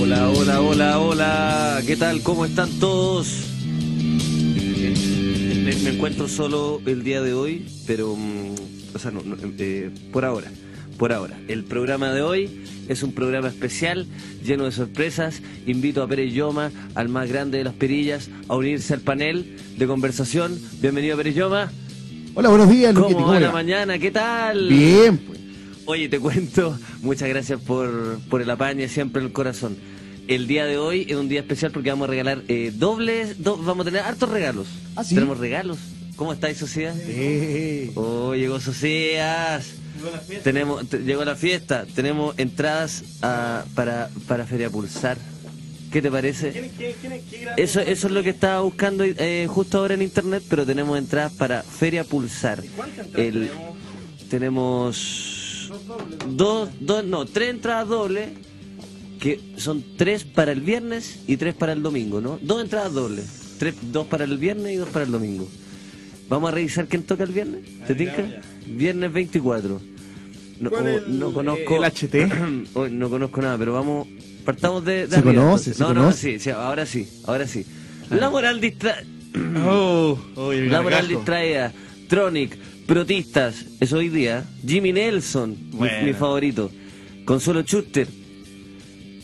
Hola, hola, hola, hola. ¿Qué tal? ¿Cómo están todos? Me, me encuentro solo el día de hoy, pero... mm, o sea, no, no, eh, por ahora. Por ahora. El programa de hoy es un programa especial, lleno de sorpresas. Invito a Pérez Yoma, al más grande de las perillas, a unirse al panel de conversación. Bienvenido, Pérez Yoma. Hola, buenos días, Luquiti. ¿Cómo va le la va? mañana? ¿Qué tal? Bien, pues. Oye, te cuento, muchas gracias por, por el apañe siempre en el corazón. El día de hoy es un día especial porque vamos a regalar eh, dobles, do- vamos a tener hartos regalos. ¿Ah, sí? Tenemos regalos. ¿Cómo estáis, Sociedad? Eh, Oh, llegó Socias. Tenemos, te- llegó la fiesta. Tenemos entradas a- para, para Feria Pulsar. ¿Qué te parece? Eso, eso es lo que estaba buscando eh, justo ahora en internet, pero tenemos entradas para Feria Pulsar. El- tenemos dos, dos, no, tres entradas dobles, que son tres para el viernes y tres para el domingo, ¿no? Dos entradas dobles, tres, dos para el viernes y dos para el domingo. Vamos a revisar quién toca el viernes, ¿te tinca? Viernes 24. No, ¿Cuál o- es el- no conozco el HT? Hoy no conozco nada, pero vamos, partamos de, de Se conoce, entonces. se no, no, conoce. sí, sí, ahora sí, ahora sí. La moral distra Oh, oh, el La moral gargajo. distraída, Tronic, Protistas, es hoy día, Jimmy Nelson, mi- Bueno. mi, favorito, Consuelo Schuster,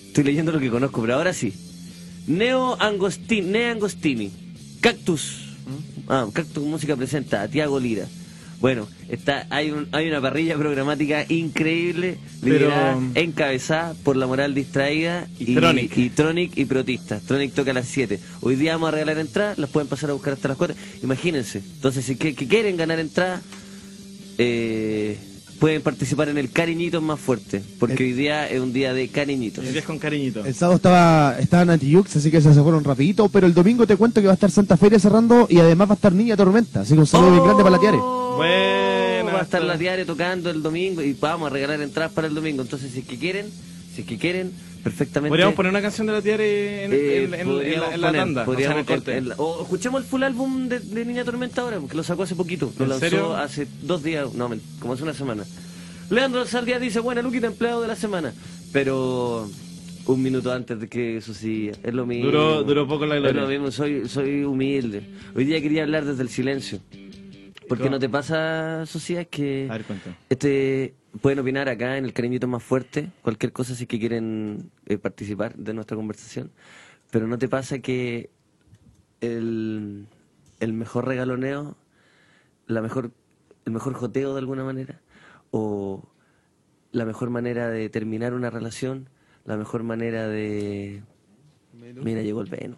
estoy leyendo lo que conozco, pero ahora sí, Neo Angostini, Nea Angostini, Cactus, ¿Mm? ah, Cactus Música presenta a Tiago Lira. Bueno, está, hay, un- hay una parrilla programática increíble, Pero- liderada, encabezada por la moral distraída Y Tronic. y Tronic y Protistas. Tronic toca a las 7. Hoy día vamos a regalar entradas, las pueden pasar a buscar hasta las 4. Imagínense. Entonces, si que, que quieren ganar entradas, eh, pueden participar en el cariñito más fuerte. Porque Eh. hoy día es un día de cariñitos. El día es con cariñito. el sábado estaba, estaban Antiyux, así que se fueron rapidito, pero el domingo te cuento que va a estar Santa Feria cerrando y además va a estar Niña Tormenta, así que un saludo bien grande para la Tiare. Buena, Buena, Oh, Va a estar está. la Tiare tocando el domingo y vamos a regalar entradas para el domingo. Entonces, si es que quieren, si es que quieren, perfectamente. Podríamos poner una canción de la Tiare en, Eh, en- en- en podríamos la- en la poner- tanda, o sea, en podríamos- el corte. en la- o escuchemos el full álbum de, de Niña Tormenta ahora, porque lo sacó hace poquito. Lo ¿En lanzó serio? hace dos días, no, men- como hace una semana. Leandro Saldías dice, bueno, Luquita, empleado de la semana. Pero un minuto antes de que eso sí, es lo mismo. Duró- duró poco la gloria. Es lo mismo, soy, soy humilde. Hoy día quería hablar desde el silencio. Porque ¿Cómo? no te pasa, Socias, que... A ver, cuéntame. Este, pueden opinar acá en el cariñito más fuerte, cualquier cosa si es que quieren eh, participar de nuestra conversación. Pero no te pasa que el, el mejor regaloneo, la mejor, el mejor joteo de alguna manera, o la mejor manera de terminar una relación, la mejor manera de... Mira, llegó el veneno.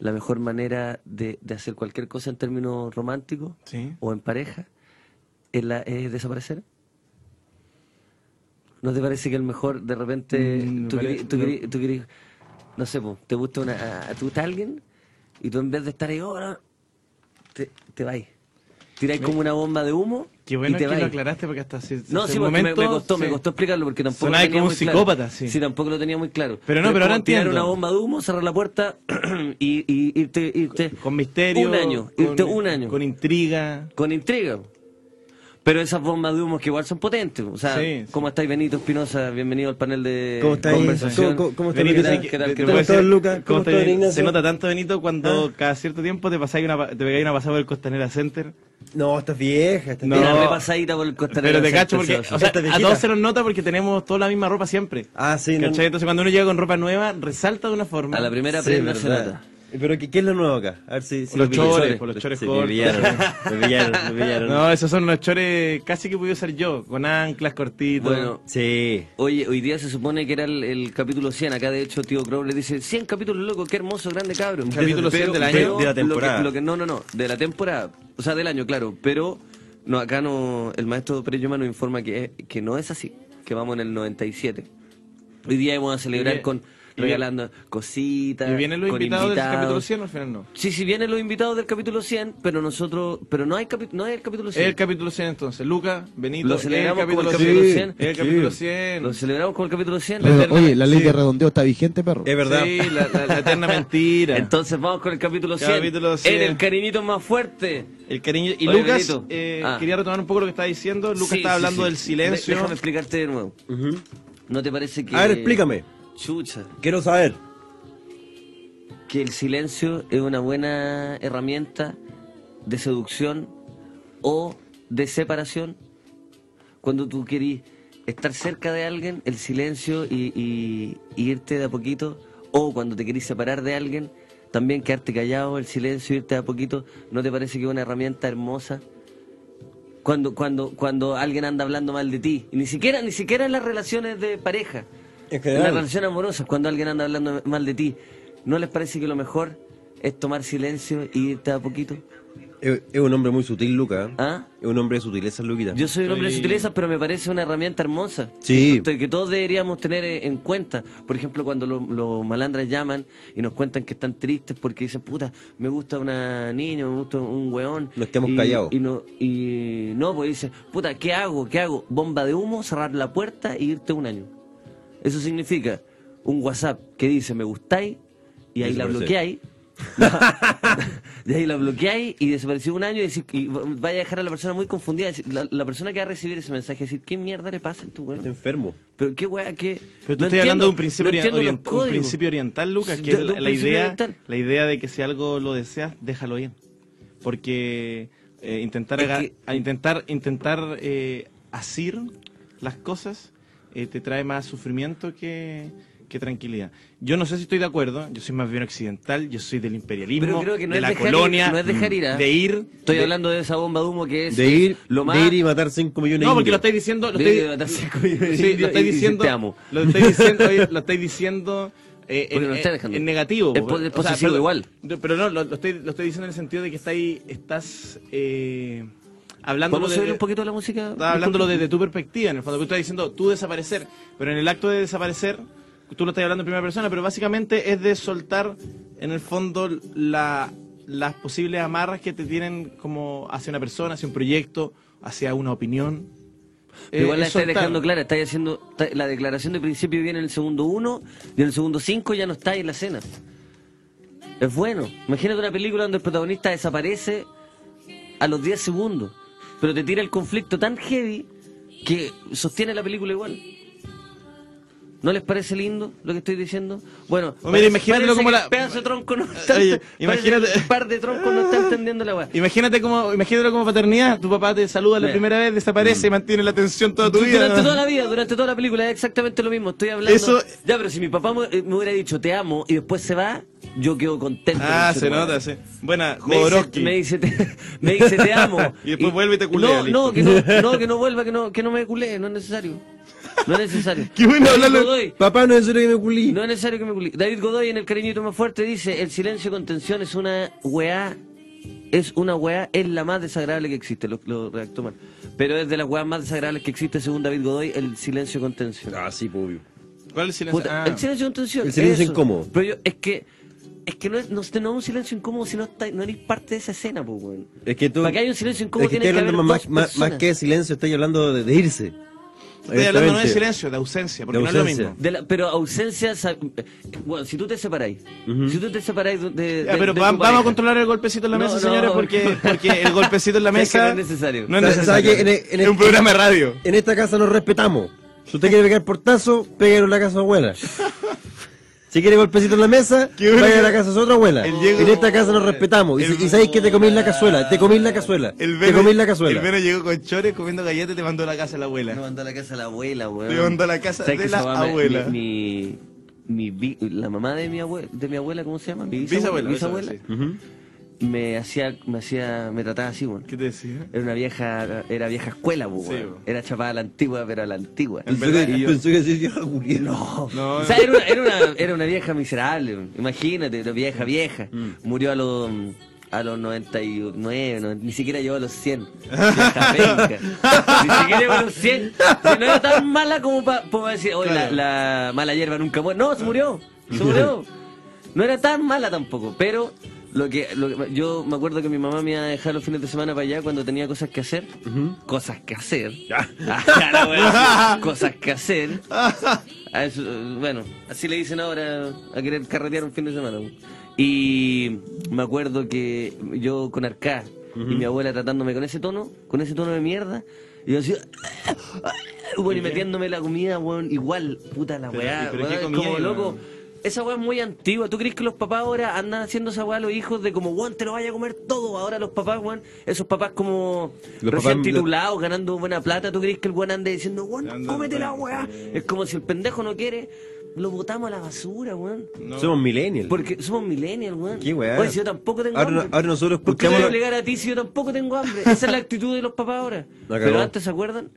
La mejor manera de, de hacer cualquier cosa en términos románticos Sí. o en pareja es, la, es eh, desaparecer? ¿No te parece que el mejor de repente Mm, me tú querí- parece- tú no. querí- tú querí- no sé, po, te gusta una, a- te gusta alguien y tú en vez de estar ahí, oh, no, te, te vas. Tiráis como una bomba de humo Qué bueno y te que lo vais. aclaraste porque hasta ese, No, ese sí, porque me- momento... me, costó, me sí. costó explicarlo porque tampoco Sonaba lo tenía como un muy claro. psicópata, sí. tampoco lo tenía muy claro. Pero no, Es pero ahora como tirar entiendo. una bomba de humo, cerrar la puerta y, y irte, irte Con misterio. Un año, con- irte un año Con intriga. con intriga. Pero esas bombas de humo que igual son potentes. O sea, Sí, sí. ¿cómo estáis, Benito Espinosa? Bienvenido al panel de ¿Cómo estáis? conversación. ¿Cómo- cómo- cómo estáis, ¿Qué Benito? tal? te- ¿Qué tal? te- ¿Qué tal? te ¿Cómo puedo estás, Lucas? ¿Cómo ¿Cómo estás, estás, Ignacio? Se Ignacio? nota tanto, Benito, Ah. cuando cada cierto tiempo te pasáis una, pa- te pegáis una pasada por el Costanera Center. No, estás vieja. Estás No. Una repasadita por el costanero. Pero te Centro, cacho porque, Sebastián. o sea, Esta a viejita. todos se nos nota porque tenemos toda la misma ropa siempre. Ah, sí, no- ¿Cachai? Entonces cuando uno llega con ropa nueva, resalta de una forma. a la primera Sí, prenda se verdad. nota. Pero ¿qué, ¿qué es lo nuevo acá? A ver si... si Los lo pillo. chores, por los chores Sí, cortos. Me pillaron, me pillaron, me pillaron. No, esos son los chores casi que pude usar yo, con anclas cortitos. Bueno, Sí. Oye, hoy día se supone que era el, el capítulo 100. Acá, de hecho, tío Crow le dice: 100 capítulos, loco, qué hermoso, grande cabrón. capítulo 100 del año. De la lo que- temporada. lo que- no, no, no, de la temporada. O sea, del año, claro. Pero no, acá no, el maestro Pérez Yoma nos informa que, que no es así. Que vamos en el 97. Hoy día vamos a celebrar Y vi- con y vi- regalando cositas. y vienen los con invitados del invitados. capítulo 100, al final no. Sí, sí, vienen los invitados del capítulo 100, pero nosotros. Pero no hay, capi- no hay el capítulo 100. El capítulo 100 entonces, Lucas, Benito, Lo celebramos el capítulo como el capítulo 100. El Sí. capítulo 100. Lo celebramos con el capítulo 100. Pero, eterna- oye, la ley sí. de redondeo está vigente, perro. Es verdad. Sí, la, la- la eterna mentira. Entonces vamos con el capítulo 100. Capítulo 100. En el cariñito más fuerte. el cariño. Y Oye, Lucas, Benito. eh, Ah. quería retomar un poco lo que estaba diciendo. Lucas Sí, estaba sí, hablando sí. del silencio. De- déjame explicarte de nuevo. ¿No te parece que.? A ver, explícame. Chucha. Quiero saber. que el silencio es una buena herramienta de seducción o de separación. Cuando tú querís estar cerca de alguien, el silencio y, y- y irte de a poquito, o cuando te querís separar de alguien, también quedarte callado, el silencio, irte de a poquito, ¿no te parece que es una herramienta hermosa? Cuando, cuando, cuando alguien anda hablando mal de ti, y ni siquiera, ni siquiera en las relaciones de pareja, en En las general. relaciones amorosas, cuando alguien anda hablando mal de ti, ¿no les parece que lo mejor es tomar silencio y irte a poquito? Es, eh, es un hombre muy sutil, Luca. ¿eh? ¿Ah? Es un hombre de sutileza, Luquita. Yo soy un hombre de sutileza, pero me parece una herramienta hermosa. Sí. Que, que todos deberíamos tener eh, en cuenta. Por ejemplo, cuando lo- los malandras llaman y nos cuentan que están tristes porque dicen, puta, me gusta una niña, me gusta un weón. Nos quedamos Y- callados. Y no, y no, pues dicen, puta, ¿qué hago? ¿Qué hago? Bomba de humo, cerrar la puerta y irte un año. Eso significa un WhatsApp que dice, me gustáis, y ahí la Desaparecer. bloqueáis. Y ahí la bloqueáis y desapareció un año y, decís- y vaya a dejar a la persona muy confundida. Decir- La, la persona que va a recibir ese mensaje decir, ¿qué mierda le pasa a tu Está weón? enfermo. Pero qué weá, qué... Pero tú no entiendo- estás hablando de un principio, no orien- entiendo los orien- un códigos. principio oriental, Lucas, que De- es de la, un la principio idea, oriental. la idea de que si algo lo deseas, déjalo bien. Porque eh, intentar, Es aga- que- a intentar intentar eh, asir las cosas eh, te trae más sufrimiento que, que tranquilidad. Yo no sé si estoy de acuerdo, yo soy más bien occidental, yo soy del imperialismo, Pero creo que no de es la dejar ir, colonia, no es dejar ir, ¿ah? de ir. Estoy de- hablando de esa bomba de humo que es De ir, lo más... de ir y matar 5 millones No, de porque lo indios. estáis diciendo. Lo De- estáis, de matar cinco millones de Sí, lo indios estáis y- y diciendo. te amo. Lo estáis diciendo, oye, lo estáis diciendo. eh, Porque en, lo estáis dejando. en negativo. Es po. po- es posesivo perdón, igual. no, Pero no, lo, lo estoy, lo estoy diciendo en el sentido de que está ahí, estás eh, hablando ¿Podemos subir de, un poquito la música? estás hablándolo desde tu perspectiva, en el fondo, que tú estás diciendo tú desaparecer, pero en el acto de desaparecer, tú lo estás hablando en primera persona, pero básicamente es de soltar, en el fondo, la- las posibles amarras que te tienen como hacia una persona, hacia un proyecto, hacia una opinión. Eh, Igual la es estáis soltar. dejando clara, estáis haciendo... está- la declaración de principio viene en el segundo uno y en el segundo cinco ya no estáis en la escena. Es bueno. Imagínate una película donde el protagonista desaparece a los 10 segundos, pero te tira el conflicto tan heavy que sostiene la película igual. ¿No les parece lindo lo que estoy diciendo? Bueno, mira, parece- imagínatelo parece como que la- el pedazo de tronco no está, Oye, parece imagínate- que un par de troncos no está entendiendo la weá. Imagínate como, imagínatelo como paternidad, tu papá te saluda la Mira. primera vez, desaparece y mantiene la atención toda tu Mm. vida. Durante ¿no? toda la vida, durante toda la película, es exactamente lo mismo. Estoy hablando. Eso- Ya, pero si mi papá me, eh, me hubiera dicho te amo y después se va, yo quedo contento. Ah, conchetumare. se nota, sí. Buena, Me dice, Jodorowsky. me, dice, te, me dice, "Te amo. Y después vuelve y te culea, No, no, listo. que no, no, que no vuelva, que no, que no me culee, no es necesario. No es necesario. Qué bueno David hablarlo. Godoy, Papá, no es necesario que me culí. no es necesario que me culee. David Godoy en El cariñito más fuerte dice, el silencio con tensión es una weá, es una weá, es la más desagradable que existe, lo, lo redactó mal. Pero es de las weas más desagradables que existe según David Godoy, el silencio con tensión. Ah, sí, pues, obvio. ¿Cuál es el silencio? Puta, Ah. El silencio con tensión. El silencio eso. incómodo. Pero yo, es que, es que no es, no, es- no es un silencio incómodo si no, está- no eres parte de esa escena, pues, weón. Es que tú. Para que haya un silencio incómodo es que tiene estoy que hablando haber más, dos más, más personas. que de silencio, estoy hablando de, de irse. Estoy hablando no de Exactamente. silencio, de ausencia, porque De no es lo ausencia. mismo. De la- pero ausencia, sa- eh, bueno, si tú te separáis, si tú te separáis de, de- Ya, de- pero de va- tu vamos a pareja. controlar el golpecito en la No, mesa, no, señores, no. porque, porque el golpecito en la Sé que mesa no es necesario. No es ¿Sabes- necesario. sabes que en el- en es un el- programa de radio. En esta casa nos respetamos. Si usted quiere pegar portazo, pégalo en la casa de su abuela. Si quiere golpecito en la mesa, Qué bueno. vaya a la casa de su otra abuela. El Diego- En esta casa nos respetamos. Y, El- si- y sabéis que te comís la cazuela, te comís la cazuela, El te Vero- comís la El cazuela. Vero llegó con chores comiendo galletas y te mandó a la casa a la abuela. Me mandó a la casa de la abuela, weón. Te mandó a la casa ¿Sabes de que la esa weá me- abuela? Mi, mi, vi- la mamá de mi abuela, de mi abuela, ¿cómo se llama? Mi bisabuela. bisabuela, Bisabuela, bisabuela, me hacía, me hacía, me trataba así, weón. ¿Qué te decía? Era una vieja, era vieja escuela, po, Sí, weón. po. Era chapada a la antigua, pero a la antigua. En Pensó verdad, que- y yo- Pensó que sí, vieja Julián. No. No, o sea, era una, era una- era una vieja miserable. weón. Imagínate, una Mm. vieja, vieja. Murió a los a los 99, no, ni siquiera llegó a los 100. Vieja penca. ni siquiera llegó a los 100. Si no era tan mala como para decir, oye, la- Claro. Mm. la, mala hierba nunca muere. No, se murió. Se murió. No era tan mala tampoco, pero lo que, lo que- yo me acuerdo que mi mamá me iba a dejar los fines de semana para allá cuando tenía cosas que hacer. Cosas que hacer. Ah, La wea, cosas que hacer. A eso, eh, bueno, así le dicen ahora a querer carretear un fin de semana. po. Y me acuerdo que yo con Arcá y mi abuela tratándome con ese tono, con ese tono de mierda, Y yo así, bueno, y metiéndome la comida, weón, igual, puta la Pero, weá, ¿y pero weón, qué es comía, como weón? loco. Esa weá es muy antigua. ¿Tú crees que los papás ahora andan haciendo esa weá a los hijos de como, weón, te lo vaya a comer todo? Ahora los papás, weón, esos papás como Los recién papás- titulados, ganando buena plata, ¿tú crees que el weón ande diciendo, weón, Andando cómete la para- weá? Es como si el pendejo no quiere, lo botamos a la basura, weón. No. Somos millennials. Porque somos millennials, weón. Qué weá. Oye, si yo tampoco tengo Ahora no- hambre. ahora nosotros ¿Por qué te voy a escuchamos- obligar a ti si yo tampoco tengo hambre? Esa es la actitud de los papás ahora. La cagó. Pero antes, ¿se acuerdan?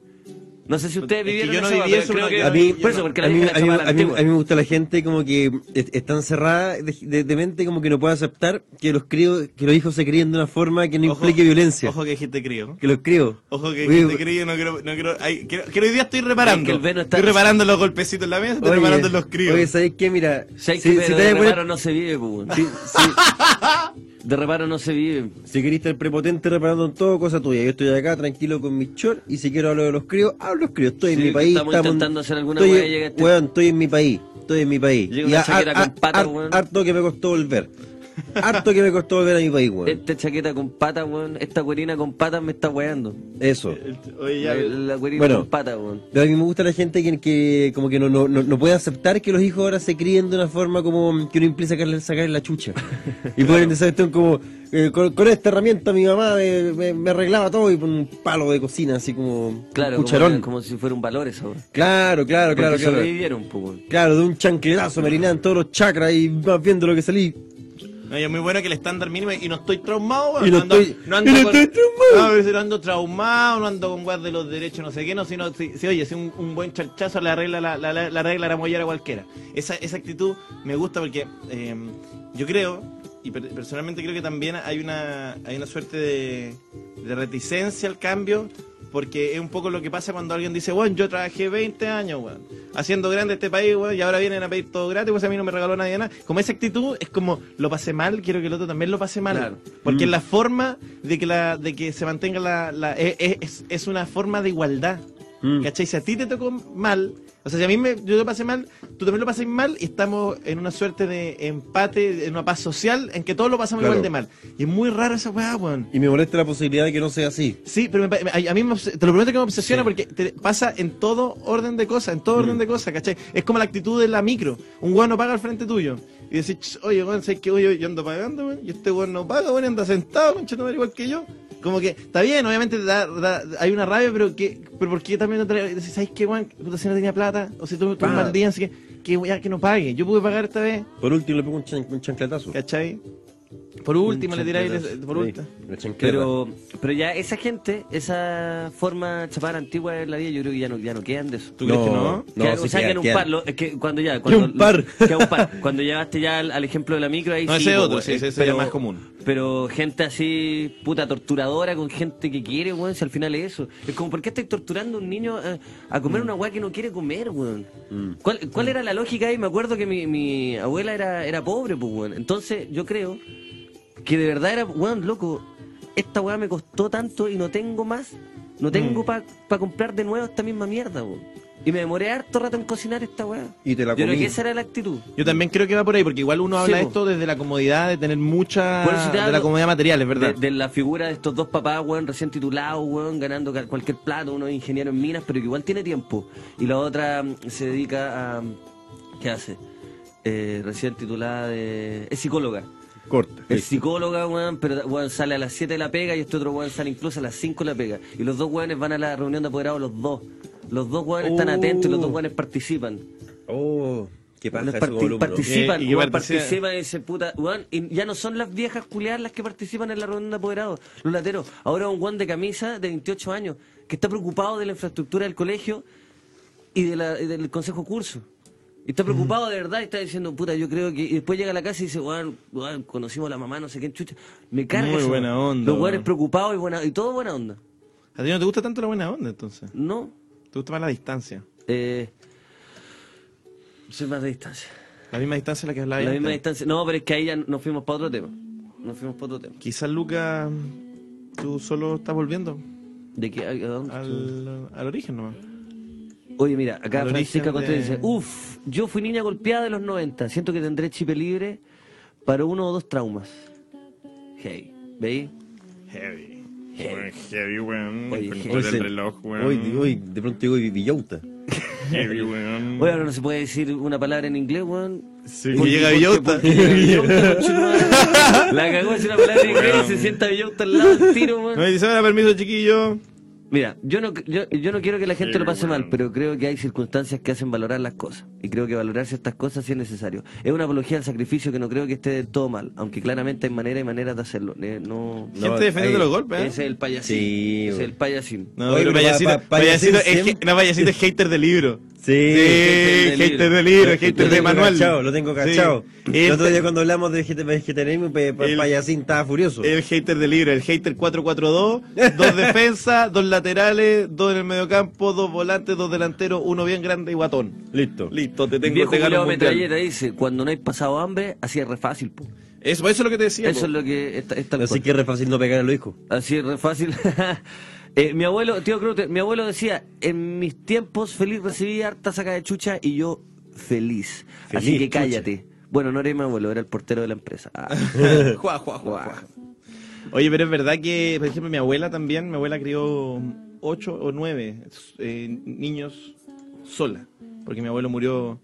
No sé si ustedes Es que vivieron yo no esa viví weá, eso, pero no, creo que... a mí- por eso, porque la a mí, vieja a, mí, la chapa a mí- antigua. a mí me gusta la gente como que es, es tan cerrada de, de- de mente como que no puede aceptar que los críos, que los hijos se críen de una forma que no Ojo- implique violencia. Ojo que dijiste crío. Que los críos. Ojo que Oye, dijiste crío, no quiero, no quiero, ay, quiero, quiero- hoy día estoy reparando. Es que el Veno está- Estoy reparando los golpecitos en la mesa, estoy oye, reparando los críos. Oye, ¿sabes qué? Mira, Si hay si- que si te de vas a poner- reparo no se vive, pues, weón. si- si- De reparo no se vive. Si querés estar prepotente reparando en todo, cosa tuya. Yo estoy acá tranquilo con mis shorts y si quiero hablar de los críos, hablo de los críos. Estoy Sí, en mi país. estamos intentando hacer alguna estoy, hueá y llegaste- weón, estoy en mi país. Estoy en mi país. Llega una chaquera con patas, weón. harto que me costó volver. Harto que me costó volver a mi país, weón. Esta chaqueta con patas, weón. Esta cuerina con patas me está weando. Eso. Oye, ya. La, la cuerina Bueno. con patas, weón. Pero a mí me gusta la gente que, que como que no, no, no, no puede aceptar que los hijos ahora se críen de una forma como que no implica sacarle, sacarle la chucha. Y pueden decir esto como, eh, con, con esta herramienta mi mamá eh, me, me arreglaba todo y con un palo de cocina, así como Claro, un como- cucharón. Como, si fuera un valor esa weón. Claro, claro, claro, Porque claro. sobrevivieron, pues, weón. Claro, de un chancletazo me alinean todos los chakras y vas viendo lo que salí. No, y es muy bueno que el estándar mínimo y no estoy traumado, weón. Y no ando, estoy- no ando y no con- estoy traumado. No, pero si no ando traumado, no ando con weas de los derechos, no sé qué, no, sino, si, si, oye, si un, un buen charchazo le arregla la, la, la, la regla la mollera a cualquiera. Esa, esa actitud me gusta porque eh, yo creo, y per- personalmente creo que también hay una, hay una suerte de, de reticencia al cambio. Porque es un poco lo que pasa cuando alguien dice, bueno, yo trabajé 20 años, weón, haciendo grande este país, weón, y ahora vienen a pedir todo gratis, pues a mí no me regaló nadie nada. Como esa actitud es como, lo pasé mal, quiero que el otro también lo pase mal. Claro. Porque Mm. es la forma de que la de que se mantenga la, la- e- e- es, es una forma de igualdad. Mm. ¿Cachai? Si a ti te tocó mal, o sea, si a mí me, yo lo pasé mal, tú también lo pasas mal y estamos en una suerte de empate, en una paz social en que todos lo pasamos Claro. igual de mal. Y es muy raro esa weá, weón. Y me molesta la posibilidad de que no sea así. Sí, pero me pa- a, a mí me obs- te lo prometo que me Sí. obsesiona porque te pasa en todo orden de cosas, en todo orden de cosas, ¿cachai? Es como la actitud de la micro. Un weón no paga al frente tuyo. Y decís, "Ch, oye, weón, ¿sabes qué? Oye, yo ando pagando, weón, y este weón no paga, weón, y anda sentado, concha tu madre, igual que yo. Como que, está bien, obviamente da- da- hay una rabia, pero que, pero ¿por qué también otra decís, ¿sabes qué, weón? Puta, si no tenía plata, o si tuve tuve un Paga. mal día, así que, que weá, que no pague. Yo pude pagar esta vez, Por último le pongo un, chan- un chancletazo. ¿cachai? Por último le tiráis, Chancletazo. por Sí, último. una chancleta. Pero, pero ya esa gente, esa forma chapar antigua de la vida, yo creo que ya no, ya no quedan de eso. ¿Tú crees que no? No, Que- sí o sea, queda, que en un queda. par, lo- es que cuando ya... Cuando, un par. que a un par. Cuando llegaste ya al, al ejemplo de la micro, ahí No, sí, ese es po, otro, weón, sí, ese eh, sería más común. Pero gente así, puta, torturadora con gente que quiere, weón, si al final es eso. Es como, ¿por qué estáis torturando a un niño eh, a Mm. comer una weá que no quiere comer, weón? ¿Cuál, cuál era la lógica ahí? Me acuerdo que mi, mi abuela era, era pobre, pues, weón. Entonces, yo creo que de verdad era, weón, loco, esta weá me costó tanto y no tengo más, no tengo Mm. para comprar de nuevo esta misma mierda, weón. Y me demoré harto rato en cocinar esta weá. Y te la Yo creo comí. que esa era la actitud. Yo también creo que va por ahí, porque igual uno habla Sí, de po. esto desde la comodidad de tener mucha. Por eso te Ah, de hablo la comodidad material, es verdad. De, de la figura de estos dos papás, weón, recién titulados, weón, ganando cal- cualquier plato, uno es ingeniero en minas, pero que igual tiene tiempo. Y la otra mm, se dedica a... mm, ¿Qué hace? Eh, recién titulada de... Es psicóloga. Corta. Eh, Es psicóloga, weón, pero weón sale a las 7 de la pega y este otro weón sale incluso a las 5 de la pega. Y los dos weones van a la reunión de apoderados, los dos. Los dos weones están Oh. atentos y los dos weones participan. Oh, qué paja Los eso parti- como alumno. participan, Eh, y que weón, participa- participan y se puta, weón, y ya no son las viejas culiadas las que participan en la reunión de apoderados, los lateros. Ahora es un guan de camisa de 28 años que está preocupado de la infraestructura del colegio y, de la- y del consejo curso. Y Mm. está preocupado de verdad y está diciendo, puta, yo creo que... Y después llega a la casa y dice, weón, weón, conocimos a la mamá, no sé qué, chucha. Me carga Muy eso, buena weón. onda, Los weones weón. preocupados y, buena, y todo buena onda. A ti no te gusta tanto la buena onda, entonces. No, Te gusta más la distancia. eh... Soy más de distancia. La misma distancia a la que hablaba La yo misma antes. distancia. No, pero es que ahí ya nos fuimos para otro tema. Nos fuimos para otro tema. Quizás, Luca, tú solo estás volviendo ¿De qué? ¿A- a dónde? al, al origen nomás. Oye, mira, acá al Francisca origen Contreras de- dice, uff, yo fui niña golpeada de los 90, siento que tendré chip libre para uno o dos traumas. Hey, ¿veis? Heavy. Weón, heavy, weón. con Oye, heavy. todo el Entonces, reloj, weón. Hoy, hoy, de pronto digo Villauta. Heavy, weón. Bueno, ahora no se puede decir una palabra en inglés, weón. Sí, Porque llega porque- Villota. porque llega Villota, conchetumare. La cagó es una palabra en inglés y se sienta Villota al lado del tiro, weón. No me dice, "Ahora, permiso, chiquillo. Mira, yo no, yo, yo no quiero que la gente lo pase mal, pero creo que hay circunstancias que hacen valorar las cosas. Y creo que valorar ciertas cosas sí es necesario. Es una apología al sacrificio que no creo que esté del todo mal, aunque claramente hay maneras y maneras de hacerlo. Eh, no, No, Gente defendiendo ahí- los golpes, ¿eh? Ese es el payasín. Sí, ese es güey. el payasín. No, Oye, pero pero payasito, pa- pa- payasito es, payasín ge- no, payasito es hater de libro. Sí. Sí, hater de hater libro. de libro, Lo- hater lo de tengo manual. cachado, lo tengo Sí. cachado. El- El otro día cuando hablamos de vegeta- vegetarianismo, pe- pa- El- Payasín estaba furioso. El hater de libro, el hater 4-4-2, dos defensas, dos laterales, dos en el mediocampo, dos volantes, dos delanteros, uno bien grande y guatón. Listo. Listo, te El tengo viejo te gano culiao un mundial. metralleta dice, cuando no hay pasado hambre, así es re fácil, po. Eso, eso es lo que te decía. Eso po. es lo que está, es tal Así cual. que es re fácil no pegar a los hijos. Así es re fácil. Eh, mi abuelo, tío Crute, mi abuelo decía, en mis tiempos feliz recibía harta saca de chucha y yo feliz. Así Feliz, que cállate. Bueno, no era mi abuelo, era el portero de la empresa. Ah. Juá, juá, juá, juá. Oye, pero es verdad que, por ejemplo, mi abuela también, mi abuela crió ocho o nueve eh, niños sola, porque mi abuelo murió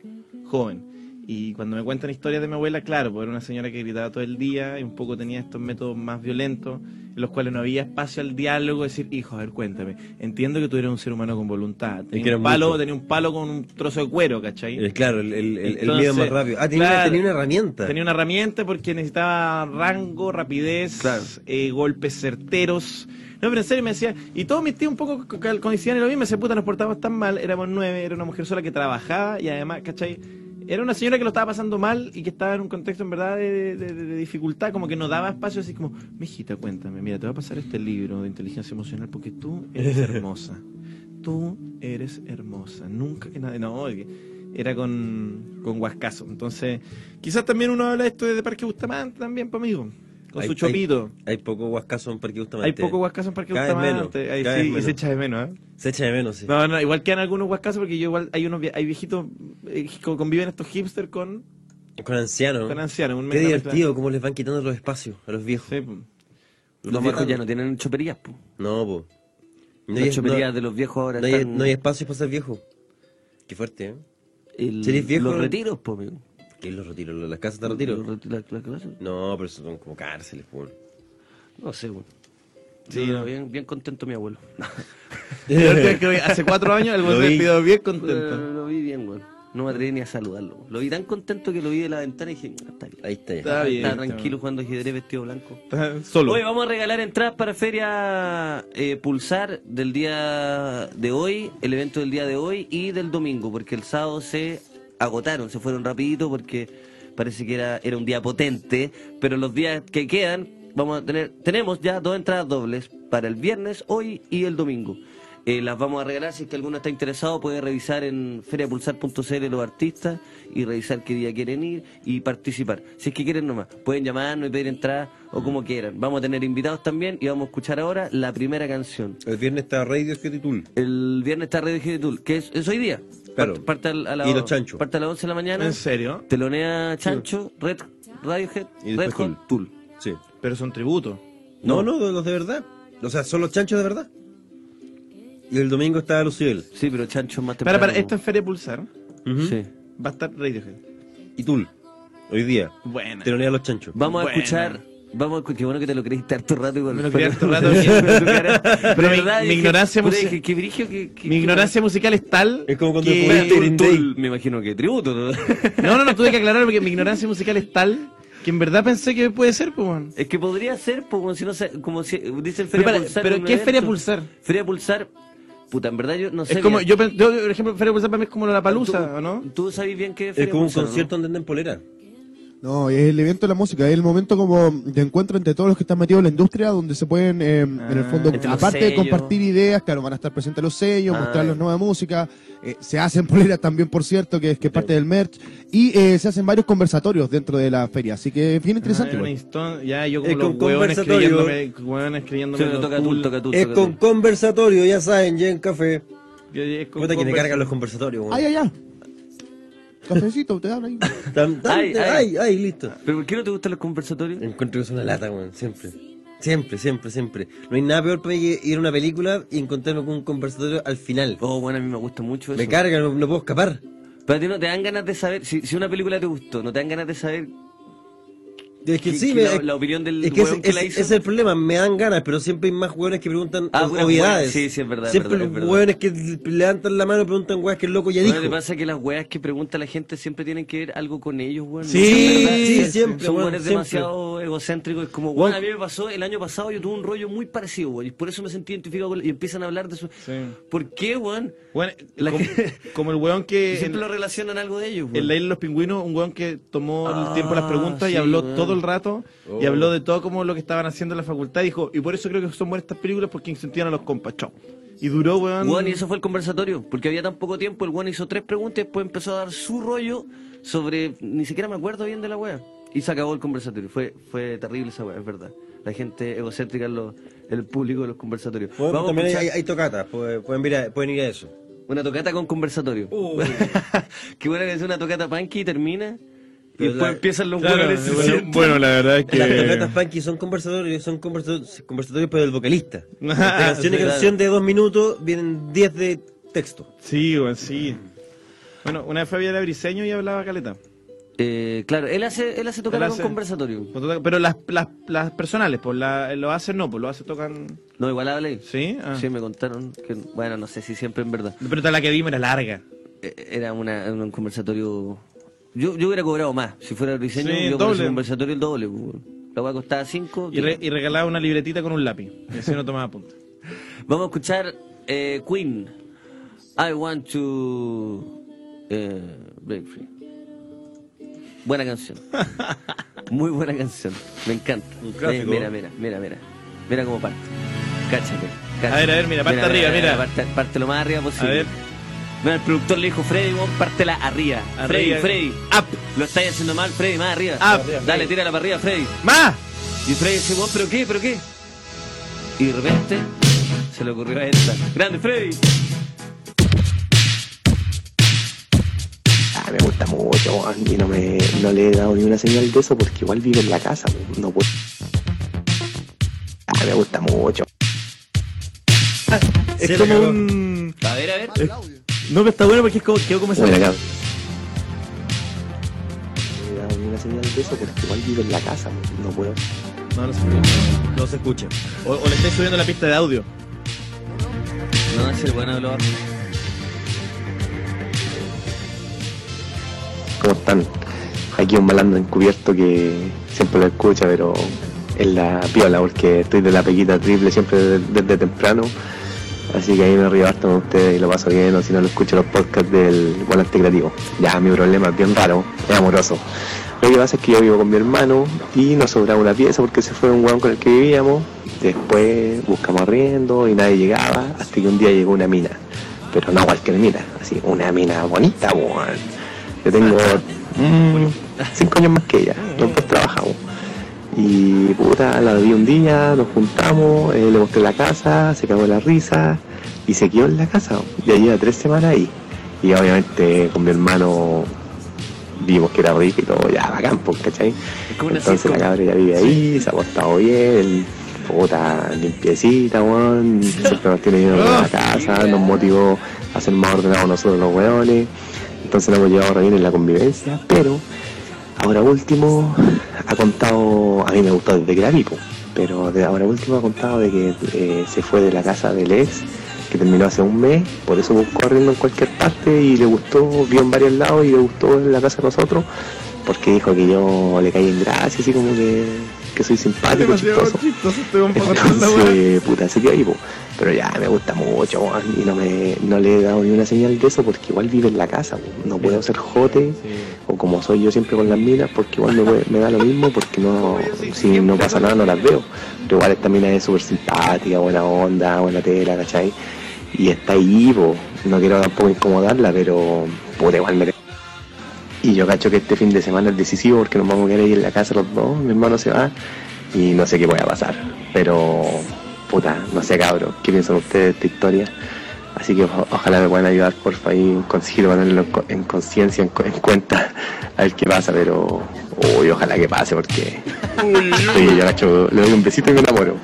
joven. Y cuando me cuentan historias de mi abuela, claro, porque era una señora que gritaba todo el día y un poco tenía estos métodos más violentos, en los cuales no había espacio al diálogo, decir, hijo, a ver, cuéntame, entiendo que tú eres un ser humano con voluntad, que tenía era un palo, mucho. tenía un palo con un trozo de cuero, ¿cachai? Eh, Claro, el, el- el- el Entonces, miedo más rápido. Ah, tenía, claro. tenía una herramienta. Tenía una herramienta porque necesitaba rango, rapidez, Claro. eh, golpes certeros. No, pero en serio me decía, y todos mis tíos un poco co- co- coincidían en lo mismo, me decía, puta, nos portamos tan mal, éramos nueve, era una mujer sola que trabajaba y además, ¿cachai? Era una señora que lo estaba pasando mal y que estaba en un contexto en verdad de, de- de- de dificultad, como que no daba espacio, así como, mijita, cuéntame, mira, te voy a pasar este libro de inteligencia emocional porque tú eres hermosa. Tú eres hermosa. Nunca que nadie. No, oye, era con, con Huascazo. Entonces, quizás también uno habla de esto desde Parque Bustamante también, pa' amigo. Con Hay- su hay- chopito. Hay poco guascazo en Parque Hay, Bustamante. poco Huascazo en Parque Cada vez Bustamante. menos, Ahí cada sí, vez y menos. se echa de menos, ¿eh? Se echa de menos, sí. No, no, igual quedan algunos Huascazos porque yo igual hay unos vie- hay viejitos eh, que conviven estos hipsters con, Con ancianos. con ancianos. un Qué mezcla- mezcla. divertido cómo les van quitando los espacios a los viejos. Sí, po. Los viejos ya no tienen choperías, po. No, po. No hay, Las choperías no- de los viejos ahora no hay- están... no hay espacios para ser viejo. Qué fuerte, ¿eh? el- si eres viejo- Los retiros, po, amigo. ¿Qué es los retiros? ¿Las casas de retiro? Los reti- la- la clase. No, pero son como cárceles, po. No sé, bueno. Sí, no, bien, bien contento mi abuelo. La última vez que vi- hace cuatro años el Lo buen vi. despido bien Eh, contento. lo vi bien, bueno. No me atreví ni a saludarlo. Lo vi tan contento que lo vi de la ventana y dije, "Ah, está bien. Ahí está. Está bien. Estaba tranquilo jugando ajedrez vestido blanco. Está Solo. Hoy vamos a regalar entradas para Feria eh, Pulsar del día de hoy, el evento del día de hoy y del domingo, porque el sábado se agotaron, se fueron rapidito porque parece que era, era un día potente, pero los días que quedan vamos a tener, tenemos ya dos entradas dobles para el viernes, hoy y el domingo. Eh, las vamos a regalar, si es que alguno está interesado puede revisar en feriapulsar.cl los artistas y revisar qué día quieren ir y participar. Si es que quieren nomás, pueden llamarnos y pedir entrada o como quieran. Vamos a tener invitados también y vamos a escuchar ahora la primera canción. El viernes está Radio y Tool. El viernes está Radio Digital, que es, es hoy día. Claro. Parte, parte al- a la- Y los Chancho. Parte a las 11 de la mañana. ¿En serio? Telonea Chancho, Red, Radiohead, Y Red después Hot, Tool. Sí. Pero son tributos. No, no, de los de verdad. O sea, son los chanchos de verdad. Y el domingo está Luciel. Sí, pero Chancho es más Para, temprano. para, esta es Feria Pulsar. Sí. Va a estar Radiohead. Y Tool. Hoy día. Buena. Telonea a los chanchos. Vamos a Buena. escuchar. Vamos a escuchar. Qué bueno que te lo creíste harto rato igual. Me lo creí pero, harto rato, sí. Pero, mi- mi ignorancia musical- musical. Qué brillo que. que- Mi que- ignorancia musical es tal. Es como cuando que- jugué al Green Tool, Day. Me imagino que tributo. ¿no? No, no, no, tuve que aclarar porque mi ignorancia musical es tal que en verdad pensé que puede ser, pues. weón. es que podría ser, po, como si no se- como si dicen Pero, Feria para, Pulsar. pero en un ¿qué es Feria evento. Pulsar? Feria Pulsar. Puta, en verdad yo no sé. Es como, bien. yo, pen- yo, por ejemplo, Feria Pulsar para mí es como la palusa, Tú- ¿o no? Tú sabes bien qué es Es Feria como un Pulsar, ¿no? concierto donde andan polera. No, es el evento de la música, es el momento como de encuentro entre todos los que están metidos en la industria, donde se pueden, eh, en el fondo, Entre los aparte de sellos. compartir ideas, claro, van a estar presentes los sellos, Ah, mostrar la ya. nueva música, eh, se hacen poleras también, por cierto, que es que es parte del merch, y eh, se hacen varios conversatorios dentro de la feria, así que es bien interesante. Ah, era igual. una instan- ya, yo como Es los con hueones conversatorio. creyéndome, hueones creyéndome Sí, lo toca cool. tú, toca tú, Es toca con tú. conversatorio, ya saben, ya en café. Yo- yo- es con Puta que me conversa- cargan los conversatorios. weón. Ay, ay, ay. Cafecito, te dan ahí. Tan- tan- Ay, ay, ay. ay, listo. ¿Pero por qué no te gustan los conversatorios? Encuentro que es una lata, weón, siempre. Siempre, siempre, siempre. No hay nada peor para mí que ir a una película y encontrarme con un conversatorio al final. Oh, bueno, a mí me gusta mucho eso. Me carga, no, no puedo escapar. Pero a ti no te dan ganas de saber, si, si una película te gustó, no te dan ganas de saber Es que Que- sí, que me- la- la opinión del es que hueón es, que la es- hizo. es el problema, me dan ganas, pero siempre hay más hueones que preguntan Ah, ob- hueones, obviedades. hueones, sí, sí, es verdad, es Siempre verdad, es verdad. los hueones que levantan la mano y preguntan hueas que el loco ya Bueno, dijo. te pasa que las weas que pregunta la gente siempre tienen que ver algo con ellos, weón. Sí, Es sí, siempre, Son weón, weones siempre. demasiado egocéntricos. Es como, weón, a mí me pasó el año pasado, yo tuve un rollo muy parecido, weón. Y por eso me sentí identificado con- Y empiezan a hablar de su. Sí. ¿Por qué, weón? Bueno, La como, que- como el weón que en, Siempre lo relacionan algo de ellos, en weón. la isla de los pingüinos, un weón que tomó Ah, el tiempo de las preguntas sí, y habló weón. Oh. todo el rato y habló de todo como lo que estaban haciendo en la facultad. y Dijo, y por eso creo que son buenas estas películas porque incentivan a los compas. chao". Y duró, weón. Weón, y eso fue el conversatorio, porque había tan poco tiempo, el weón hizo tres preguntas y después empezó a dar su rollo sobre, ni siquiera me acuerdo bien de la wea. Y se acabó el conversatorio, fue, fue terrible esa wea, es verdad. La gente egocéntrica en los- en el público de los conversatorios. Bueno, Vamos a también escuchar hay, hay tocatas, pues, pueden, ir a, pueden ir a eso. una tocata con conversatorio. Qué buena que es una tocata punky y termina. Y Pero después la- empiezan los Claro, hueones. bueno, bueno, la verdad es Las que. tocatas funky son conversatorios, son conversatorios, conversatorios pero del vocalista. De Ah, canción a sí, canción de dos minutos vienen diez de texto. Sí, weón, sí. Bueno, una vez fue a Viera Briseño y hablaba caleta. Eh, claro, él hace, él hace tocata Él con hace- conversatorio. Pero las, las, las personales, pues la, lo hacen no, pues lo hacen tocan. No, igual habla ahí. Sí, ah. Sí, me contaron que, bueno, no sé si siempre en verdad. Pero toda la que vimos era larga. Eh, era una, un conversatorio. Yo, yo hubiera cobrado más. Si fuera briseño, Sí, yo por doble. ese conversatorio el doble. pues, weón. La hueá costaba 5. Y, re- y regalaba una libretita con un lápiz. Y así no tomaba apuntes. Vamos a escuchar eh, Queen. I want to eh, break free. Buena canción. Muy buena canción. Me encanta. Un clásico. mira, mira, mira, mira. Mira cómo parte. Cáchate. cáchate. A ver, a ver, mira, parte arriba, mira. parte, parte lo más arriba A posible. ver. Mira, el productor le dijo, Freddy, vos pártela arriba. Arriba. Freddy, Freddy. Up. Lo estáis haciendo mal, Freddy, más arriba. Up. Dale, tírala para arriba, Freddy. ¡Más! Y Freddy dice, "Bueno, ¿pero qué? ¿Pero qué? Y de repente se le ocurrió a esta. ¡Grande, Freddy! Ah, me gusta mucho, weón, y no, me, no le he dado ni una señal de eso porque igual vive en la casa, weón, no puedo. Ah, me gusta mucho. Es Sí, como la cagó. un. A ver, a ver. No, pero está bueno porque es como, quedó como esa. Bueno, acá. No le he dado ni una señal de eso porque igual vive en la casa, weón, no puedo. No, no se escucha. No se escucha. O, o le estáis subiendo la pista de audio. No, es el bueno hablar. ¿Cómo están? Aquí un malandro encubierto que siempre lo escucha, pero en la piola, porque estoy de la pequita triple siempre de- desde, temprano. Así que ahí me río harto con ustedes y lo paso bien, o si no lo escucho los podcasts del volante creativo. Ya, mi problema es bien raro, es amoroso. Lo que pasa es que yo vivo con mi hermano y nos sobraba una pieza porque se fue un hueón con el que vivíamos. Después buscamos arriendo y nadie llegaba, hasta que un día llegó una mina. Pero no cualquier mina, así, una mina bonita, weón. Yo tengo mm, cinco años más que ella, los dos trabajamos. Y puta, la vi un día, nos juntamos, eh, le mostré la casa, se cagó la risa y se quedó en la casa. Ya lleva tres semanas ahí. Y obviamente con mi hermano vimos que era rico y todo, ya bacán, pues, ¿cachai? Es como una Entonces sitcom. la cabra ya vive ahí, se ha portado bien, puta, limpiecita, weón, siempre nos tiene lleno de la casa, nos motivó a ser más ordenados nosotros los weones, entonces nos hemos llevado re bien en la convivencia, pero ahora último ha contado, a mí me gustó desde que la vi, po, pero de ahora último ha contado de que eh, se fue de la casa del ex, que terminó hace un mes, por eso buscó arriendo en cualquier parte y le gustó, vio en varios lados y le gustó en la casa de nosotros, porque dijo que yo le caí en gracia, así como que, que soy simpático, chistoso. chistoso, estoy un Entonces, puta, se quedó ahí, po. Pero ya me gusta mucho, weón, y no, me, no le he dado ni una señal de eso porque igual vive en la casa, po. no puedo ser jote o como soy yo siempre con las minas, porque igual me, puede- me da lo mismo, porque no, si no pasa nada no las veo. Pero igual esta mina es súper simpática, buena onda, buena tela, ¿cachai? Y está ahí, po. no quiero tampoco incomodarla, pero puta, igual me... Y yo cacho que este fin de semana es decisivo porque nos vamos a quedar ahí en la casa los dos, mi hermano se va y no sé qué voy a pasar. Pero, puta, no sé cabros, ¿qué piensan ustedes de esta historia? Así que o- ojalá me puedan ayudar, porfa, y conseguir ponerlo en co- en conciencia, en, cu- en cuenta, a ver qué pasa, pero uy, ojalá que pase porque Sí, yo Nacho, le doy un besito y me enamoro.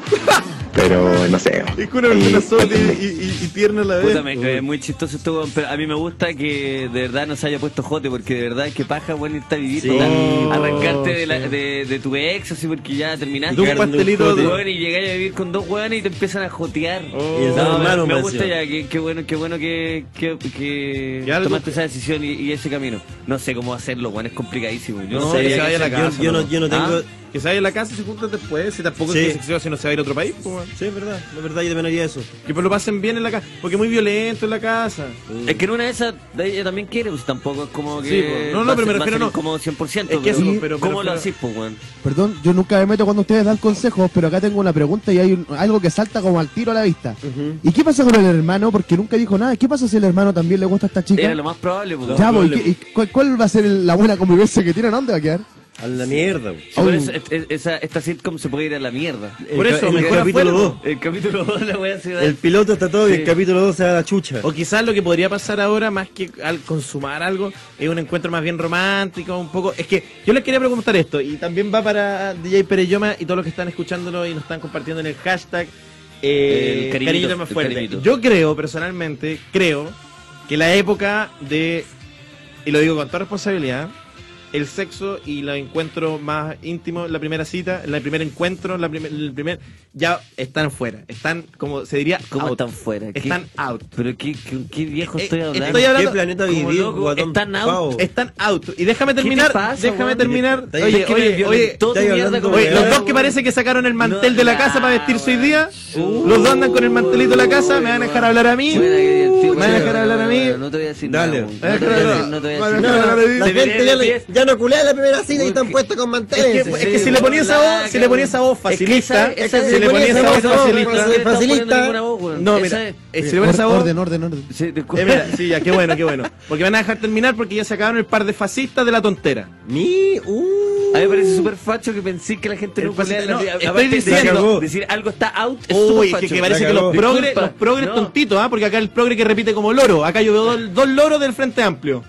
Pero no sé. Es que una ahí, persona sola y, cuéntenme. y- y- y tierna a la vez. Puta, me cae muy chistoso esto, weón, pero a mí me gusta que de verdad no se haya puesto jote, porque de verdad es que paja, weón, irte a vivir, Sí. weón, arrancarte de, la- de, de tu ex, así, porque ya terminaste. De un Carne, pastelito jote, de- weón, y llegáis a vivir con dos weones y te empiezan a jotear. Y el No, hermano me me gusta decía. ya, qué, qué bueno, qué bueno que, que, que Ya, algo- tomaste esa decisión y, y ese camino. No sé cómo hacerlo, weón, es complicadísimo. Yo no, No, sabía que se qué vaya a la hacer. yo, casa, yo no, ¿no? yo no tengo. Ah. Que se vaya a la casa y se juntan después. Si tampoco Sí. es que se, si no se va a ir a otro país, pues, bueno. Sí, es verdad, la verdad, yo también haría eso. Que pues lo pasen bien en la casa. Porque es muy violento en la casa. Es que en una de esas de ella también quiere, pues tampoco es como que. Sí, po. No, no, va a pero me ser- va a refiero ser no. Como 100%. Es que eso, pero, pero- pero ¿Cómo me lo haces, refiero- pues, weón? Perdón, yo nunca me meto cuando ustedes dan consejos, pero acá tengo una pregunta y hay un- algo que salta como al tiro a la vista. ¿Y qué pasa con el hermano? Porque nunca dijo nada. ¿Qué pasa si el hermano también le gusta a esta chica? Era lo más probable, pues. Ya, weón. pues, ¿y qué- y cuál, cuál va a ser el- la buena convivencia que tienen? ¿A dónde va a quedar? A la mierda. güey. Sí, por Au. eso, es- es- esa- esta sitcom se puede ir a la mierda. Oh. Eh, Por El eso, ca- el mejor capítulo afuera, 2. El capítulo 2 la voy a hacer. El piloto está todo y Sí. el capítulo 2 se da la chucha. O quizás lo que podría pasar ahora, más que al consumar algo, es un encuentro más bien romántico, un poco... Es que yo les quería preguntar esto, y también va para DJ Pereyoma y todos los que están escuchándolo y nos están compartiendo en el hashtag eh, El cariñito, cariñito, es más el fuerte. cariñito. Yo creo, personalmente, creo que la época de, y lo digo con toda responsabilidad, el sexo y los encuentros más íntimos, la primera cita, el primer encuentro, la primer- el primer... Ya están fuera, están como se diría... ¿Cómo out. están fuera? ¿Qué- Están out. Pero qué, qué, qué viejo Eh, estoy hablando. estoy hablando- ¿Qué planeta como vivís, loco, guatón? están out. Pavo. Están out. Y déjame terminar. pasa, déjame weón? terminar. Está ahí, Oye, es que me oye, violentó oye. tu estoy mierda hablando, como weón. Oye, weón, los dos weón. que parece que sacaron el mantel No, de la ya, casa para vestirse hoy día, weón. Uh. los dos andan con el mantelito de la casa, me van a dejar hablar a mí, Buena, qué divertido, me van a dejar weón. hablar a mí. No te voy a decir Dale. nada. weón. No te voy a decir- No te voy a decir No, nada. no, la Se viene gente ya, la le- fiesta. ya no culé en la primera cita y están Uy, puestos con Es manteles. que, Sí, es que si le ponía esa voz, si le ponía esa voz Es que facilista, esa- esa- si le ponía esa voz facilista. no le están facilista. poniendo ninguna voz, weón. No, Esa mira, es- eh, si le ponía esa Or- voz. orden, orden, orden. Sí, disculpa. Eh, mira, sí, ya, qué bueno, qué bueno. Porque van a dejar terminar porque ya se acabaron el par de fascistas de la tontera. Mi, uh. A mí me parece súper facho que pensé que la gente El no culea pasito- la- no, a- estoy aparte de diciendo- decirlo- decir algo está out es súper Uy, facho. que, que parece La que los cagó. progres, Disculpa. los progres No. tontitos, ¿ah? Porque acá el progre que repite como loro. Acá yo veo dos, dos loros del Frente Amplio.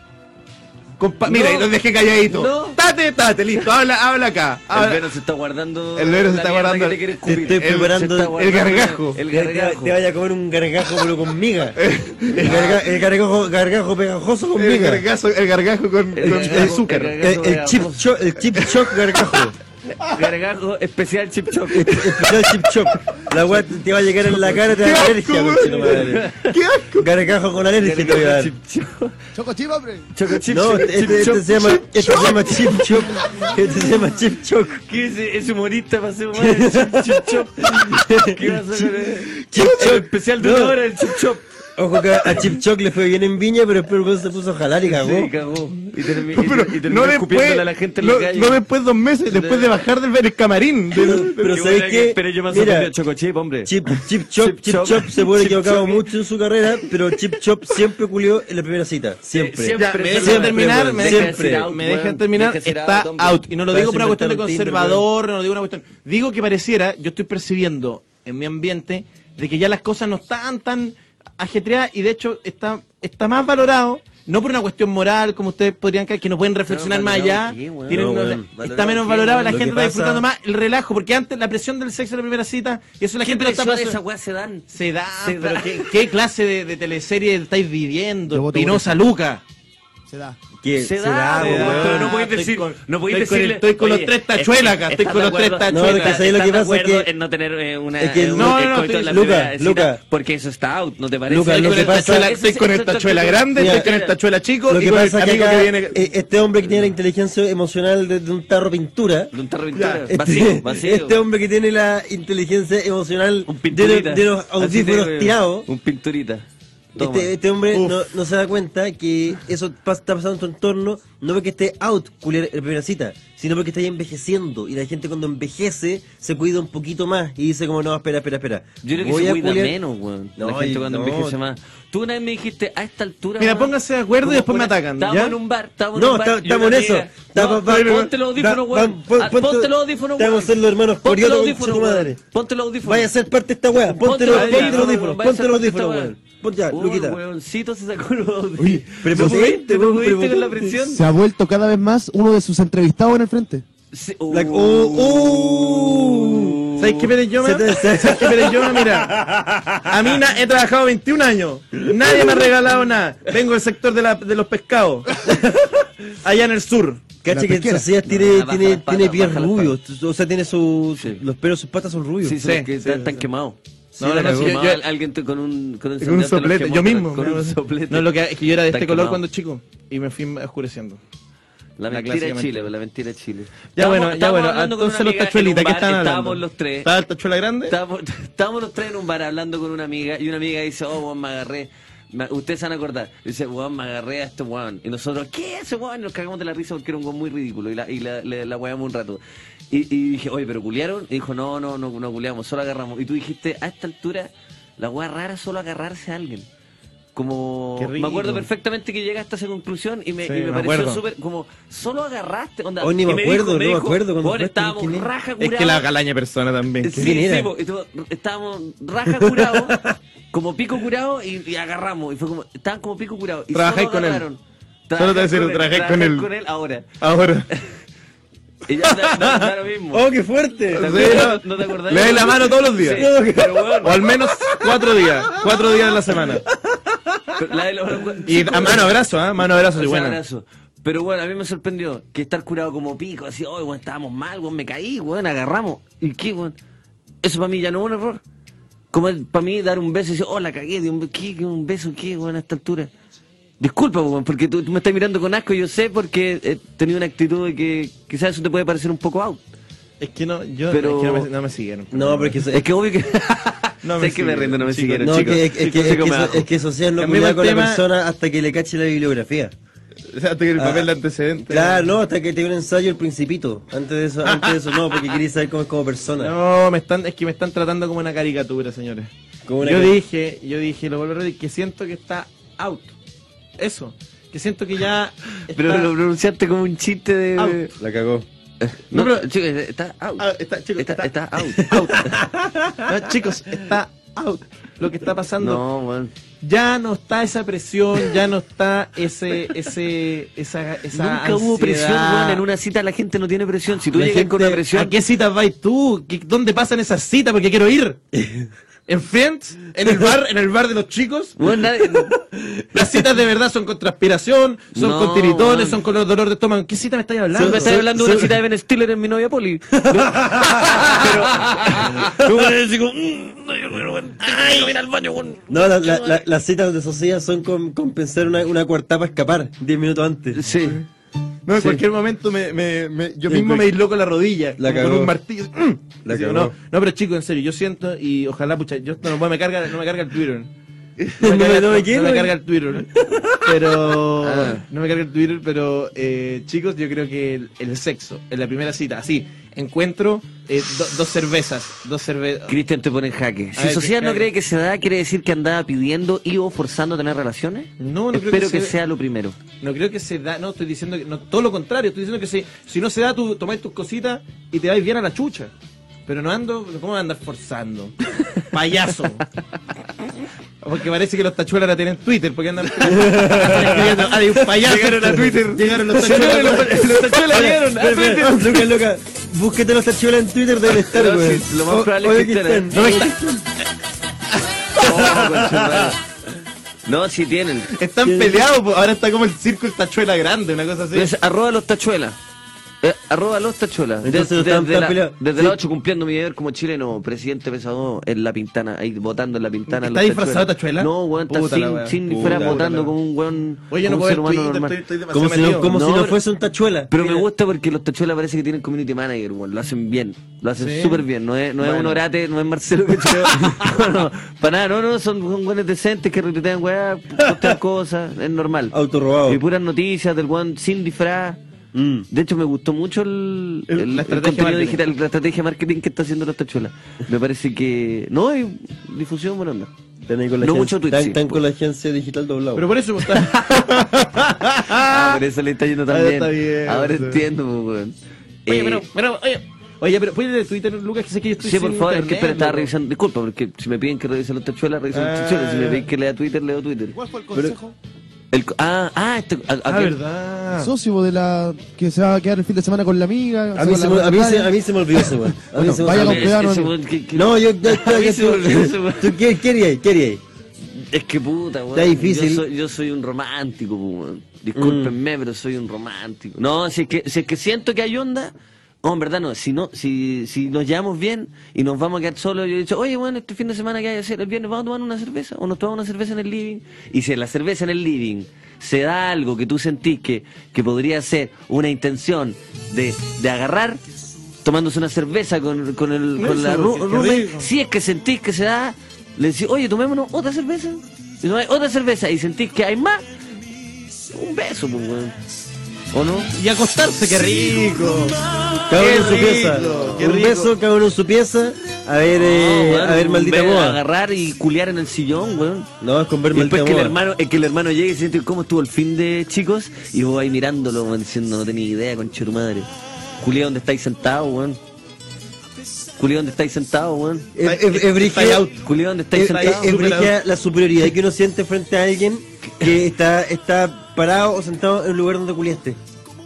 Compa- No. Mira, y los dejé calladito. No. Tate, tate, listo. Habla, habla acá. El Habla. Vero se está guardando. Ah. El Vero se la está mierda guardando que le el- quiere escupir. te estoy El- se preparando está el guardando gargajo. El Te, te- gargajo. te vaya a comer un gargajo pero con miga. El, garga- el gargajo, gargajo pegajoso con El miga. gargazo, el gargajo con, El con gargajo, azúcar. el El, el chip pegajoso. cho- el chip shock gargajo. Gargajo especial chip chop. Especial chip shock. La weá te, te va a llegar en la cara y te va a dar alergia. cochino madre. ¡Qué asco! Gargajo con alergia te voy a dar. Chip chop. Choco chivo, hombre. Choco chip No, chop, este, chip este- chop. este se llama, este se llama chip shock. Este se llama chip shock. ¿Qué es ese humorista para ser humano? El Chip este chip chop. ¿Qué vas a hacer? Chip El shock. especial de No. una hora el chip chop. Ojo que a Chip Choc le fue bien en Viña, pero después el weón se puso a jalar y cagó. Sí, cagó. Y termi- y- Pero y terminó no después, escupiéndole a la gente en la no, calle. no después dos meses, después de bajar del del camarín. del- pero Qué ¿sabes buena que- qué? Pero yo me Mira, sorprendí a Choco Chip, hombre. Chip, Chip Chop, Chip Chip Chop. Chop se puede Chip equivocado Chop. mucho en su carrera, pero Chip Chop siempre culió en la primera cita. Siempre. siempre. Ya, me Siempre, dejan terminar, weón, me dejan siempre. terminar, me dejan weón. terminar, Deja ser está out, hombre. out. Y no lo Para digo eso por una cuestión de inventaron Tinder, conservador, no lo digo una cuestión. Digo que pareciera, yo estoy percibiendo en mi ambiente de que ya las cosas no están tan ajetreadas y de hecho está, está más valorado. No por una cuestión moral, como ustedes podrían creer, que no pueden reflexionar más valorado allá. qué, weón. tienen No, una- weón. está Valorado menos qué, valorado, la weón. Lo gente que está disfrutando pasa- más el relajo, porque antes la presión del sexo en la primera cita, y eso la gente lo está Pero pasando. esa weá se dan. Se da, Se da. pero ¿qué, qué clase de, de teleserie estáis Yo viviendo? voto por Pinoza Luca. Se da. Que Se da, se po, weón. da. pero no podéis Estoy decir, con- no podéis estoy con el- decirle. estoy con los tres tachuelas acá, estoy ¿estás con de los tres acuerdo? tachuelas. No, es que sabéis lo que ¿Estás de pasa es acuerdo que- en no tener eh, una. es que- eh, un No, no, coito no, en estoy- la Luca, primera cita? Luca. Porque eso está out, ¿no te parece? Luca, Estoy lo con que el pasa- tachuela- Estoy con el tachuela grande, Mira, estoy con el tachuela chico Lo y que con el pasa es que, amigo acá, que viene. eh, este hombre que tiene la inteligencia emocional de, de un tarro pintura, De un tarro de pintura, este, vacío, vacío. este hombre que tiene la inteligencia emocional Un de, los- pinturita. de los Así te- audífonos tirados, Un pinturita. Toma. Este, este hombre Uf. no, no se da cuenta que eso pas- está pasando en tu entorno, no porque esté out, culiar, en la primera cita, sino porque está ya envejeciendo. Y la gente cuando envejece se cuida un poquito más y dice como, no, espera, espera, espera. Yo creo que Voy se a cuida culiar- menos, weón. No, la gente y cuando no. envejece más. Tú una vez me dijiste, a esta altura. Mira, weón, pónganse de acuerdo y como después una- me atacan, Estamos ¿ya? en un bar, estamos en No, un bar. está- y estamos una en eso. amiga- Da- No, va- va- Ponte los audífonos, va- weón. va- pon- Ah, ponte- Ponte los audífonos, te weón. vamos a hacer los hermanos Ponte los Corioto, audífonos, concha tu weón. madre. Ponte los audífonos. Vaya a ser parte de esta weá, ponte los Ponte los ponte los audífonos, vaya a ponte ser los parte esta audífonos, weón. weón. Pon- Ya, Uy, Luquita. weoncito se sacó los audífonos. Oye, ¿Te prepotente, pudiste, te weón, pudiste con la prepotente. presión? Se ha vuelto cada vez más uno de sus entrevistados en el frente. Sí, uh, Like, oh, oh. ¿Sabes qué, Pérez Lloma? Se te- se- ¿Sabes qué, Pérez Lloma? Mira, a mí na- he trabajado 21 años. Nadie me ha regalado nada. Vengo del sector de, la- de los pescados. Allá en el sur. Cacha que pesquera. Socias No, tiene, baja tiene, las patas, tiene pies baja las rubios, o sea, tiene su, Sí. los pelos, sus patas son rubios. sí, Sí, sí, que sí, están, sí, tan sí. quemados. No, no, no, están sí, yo- quemados. yo- Alguien te- con un con Con un encendedor te los soplete, quemó, yo te los- mismo. Con me- un soplete. No, lo que, es que yo era de Están este color quemados. cuando chico y me fui oscureciendo. La La mentira de clásica Chile, la mentira de Chile. Ya Estábamos- bueno, ya estábamos bueno. ah, hablando con Entonces una los amiga en tachuelitas, un ¿qué bar, están hablando? Estábamos los tres. ¿Estaba el tachuela grande? Estábamos, estábamos los tres en un bar hablando con una amiga y una amiga dice, oh, weón, me agarré. me- ustedes se van a acordar. Dice, weón, me agarré a este weón. Y nosotros, ¿qué es ese weón? Y nos cagamos de la risa porque era un weón muy ridículo y la, y la, le- la weamos un rato. Y, y dije, oye, ¿pero culiaron? Y dijo, no, no, no, no culiamos, solo agarramos. Y tú dijiste, a esta altura, la wea rara es solo agarrarse a alguien. Como, Qué rico. me acuerdo perfectamente que llegaste a esa conclusión y me, Sí, y me me pareció acuerdo. súper, como, solo agarraste, onda. Oh, ni y me acuerdo, no me acuerdo cuando "Weón, fue, este estábamos ¿quién es? raja Es que curados". la galaña persona también. Sí, ¿Quién era? sí, po, y tú- estábamos raja curado, como pico curado y, y agarramos. Y fue como, estaban como pico curado. Y Trabajáis solo con él. agarraron. Solo te voy a decir, trabajáis con él. ahora. Ahora. Y ya da, da- da lo mismo. ¡Oh, qué fuerte! ¿Te sí, acuerdas? no. ¿No te acordás? Le doy la mano todos los días. Sí, pero bueno, O al menos cuatro días. Cuatro días de la semana. pero la de los- Y a mano abrazo, ¿ah? Mano O abrazo, sea, y bueno. abrazo. Pero bueno, a mí me sorprendió que estar curado como pico, así, oh, weón, estábamos mal, weón, me caí, weón, agarramos. ¿Y qué, weón? Eso para mí ya no es un error. Como para mí dar un beso y decir, oh, la cagué, di un, be- ¿qué, qué, un beso, qué, weón, a esta altura. Disculpa, weón, porque tú, tú me estás mirando con asco, yo sé, porque he tenido una actitud de que quizás eso te puede parecer un poco out. Es que no, yo Pero- es que no, me, no me siguieron. No, porque eso- Es que obvio que... No me sé que me siguieron, rindo, no me chicos. siguieron, no, chicos. que, es, que, es, que, Chicos, me eso- bajo. es que Socias no Cambiemos culea el con tema. la persona hasta que le cache la bibliografía. O sea, tengo el papel de Ah, antecedente. Claro, no, hasta que te un ensayo el principito. Antes de eso, antes de eso no, porque quería saber cómo es como persona. No, me están, es que me están tratando como una caricatura, señores. Como una yo cari- dije, yo dije, lo vuelvo a repetir, que siento que está out. Eso. Que siento que ya. Está, Pero lo pronunciaste como un chiste de... Out. La cagó. No, No, pero, pero- chicos, está out. Ah, está, chicos, está, está está- out. No, chicos, está out. Lo que está pasando. No, weón. Ya no está esa presión, ya no está ese, ese, esa, esa Nunca hubo presión, ansiedad. weón. En una cita la gente no tiene presión. Si tú La llegas gente- con una presión. ¿A qué citas vais tú? ¿Qué- ¿Dónde pasan esas citas? Porque quiero ir. ¿En Friends? ¿En el bar? ¿En el bar de los chicos? Weón, nadie- Las citas de verdad son con transpiración, son No, con tiritones, weón. son con dolor de estómago. ¿Qué cita me estáis hablando? me estás hablando de una cita de Ben Stiller en mi novia Poli. Pero. "Mm, No, la- la- la- las citas de Socias son con, con pensar una, una cuartada para escapar 10 minutos antes. Sí. No, en cualquier momento me, me- me- yo Sí, mismo me- me disloco la rodilla. La como cagó. Con un martillo. La Así, cagó. No, no, pero chicos, en serio, yo siento y ojalá, pucha, yo no, no me carga, no me carga el Twitter. No me- carga, no me no quiero, me eh. carga el Twitter. Pero. Ah. No me carga el Twitter, pero eh, chicos, yo creo que el, el sexo, en la primera cita, así, encuentro eh, do- dos cervezas. Dos cervezas. Cristian te pone en jaque. Si Ay, sociedad te no cago. cree que se da, ¿quiere decir que andaba pidiendo y o forzando a tener relaciones? No, no creo que Espero que se- sea lo primero. No creo que se da, no estoy diciendo que, no, todo lo contrario, estoy diciendo que si, si no se da, tú tomáis tus cositas y te vais bien a la chucha. Pero no ando, ¿cómo vas a andar forzando? Payaso. Porque parece que los tachuelas la tienen Twitter, porque andan escribiendo, "Ay, un payaso. Llegaron a Twitter. Llegaron los tachuelas. los, tachuelas ¿ah? llegaron a Ah, Twitter. Lucas, Lucas, búsquete los tachuelas en Twitter deben estar, No, güey. sí, lo más probable es que estén. No me está- Oh, conchetumare. No, si tienen. Están peleados, po. ahora está como el circo el tachuela grande, una cosa así. Es Pues, arroba los tachuelas. Eh, arroba los tachuelas. Entonces Desde, están- desde la- están peleados. desde Sí. las 8 cumpliendo mi deber como chileno, presidente pesado en la pintana, ahí votando en la pintana. ¿Está los disfrazado Tachuelas. Tachuela? No, weón, está Puta la sin, wea. sin Puta disfraz la votando wea. como un weón. Oye, yo como un no puedo ser ver humano Twitter, normal. estoy, estoy demasiado Como si no, metido. como si No, no pero- fuese un tachuela. Eh, Pero me Mira. gusta porque los tachuelas parece que tienen community manager, weón. Lo hacen bien. Lo hacen Sí. súper bien. No es, no es Bueno. un orate, no es Marcelo que no, no, para nada, no, no. Son son weones decentes que retuitean weá, postean cosas. Es normal. Autorrobado. Y puras noticias del weón sin disfraz. Mm. De hecho, me gustó mucho el, El- el- la el contenido estrategia marketing. digital, la estrategia de marketing que está haciendo la tachuela. Me parece que. No, hay difusión buena onda. Están ahí con la No agencia- mucho Twitter, están- sí. Están con la agencia digital doblado. Pero por eso pues, está- Ah, por eso le está yendo tan Ahora bien. está bien, Ahora sí. entiendo, pues, weón. Oye, Eh, pero, pero, oye, oye, pero puedes de Twitter, Lucas, que sé que yo estoy Sí, por sin favor, es que internet, espera, estaba loco. revisando. Disculpa, porque si me piden que revise los tachuelas, reviso los Ah, tachuelas. Si me ya. piden que lea Twitter, leo Twitter. ¿Cuál fue el consejo? El co- ah, ah, este, a- Ah, aquel- verdad. Socio de la que se va a quedar el fin de semana con la amiga. A mí, con se la me, a, mí se, secretaria. a mí se me olvidó ese weón. A mí Bueno, se me- vaya a ver, a con mí- ese- cuidado, ese no- weón que- que- No, yo. yo, yo- A mí se me olvidó ese weón. ¿Tú qué querías? ¿Querías? Es que puta, weón. Está difícil. Yo soy, yo soy un romántico, weón. Discúlpenme, pero soy un romántico. No, si es que, si es que siento que hay onda. No, en verdad no. Si, no si, si nos llevamos bien y nos vamos a quedar solos, yo he dicho, oye, bueno, este fin de semana que hay que hacer, el viernes vamos a tomar una cerveza o nos tomamos una cerveza en el living. Y si en la cerveza en el living se da algo que tú sentís que, que podría ser una intención de, de agarrar, tomándose una cerveza con, con, el, con Eso, la qué- ru- qué roommate, rico. si es que sentís que se da, le decís, oye, tomémonos otra cerveza. Y tomáis otra cerveza y sentís que hay más, un beso, pues, weón. ¿O no? Y acostarse, qué rico. Cada uno en su rico, pieza. qué Un rico. beso, cada uno en su pieza. A ver, eh, No, weón, a ver, un maldita beso, moda. Agarrar y culiar en el sillón, weón. No, es con ver Y después maldita que el, moda. hermano, eh, que el hermano llegue y se siente cómo estuvo el fin de chicos y vos ahí mirándolo, weón, diciendo no tenía idea, concha de tu madre. Culia, ¿dónde estáis sentado, weón? Culia, ¿dónde estáis sentado, weón? Es- es- es brígido- Está out. Culia, ¿dónde estáis Es, sentado? es- es brígida Eh, la superioridad que uno siente frente a alguien que está, está parado o sentado en un lugar donde culiaste.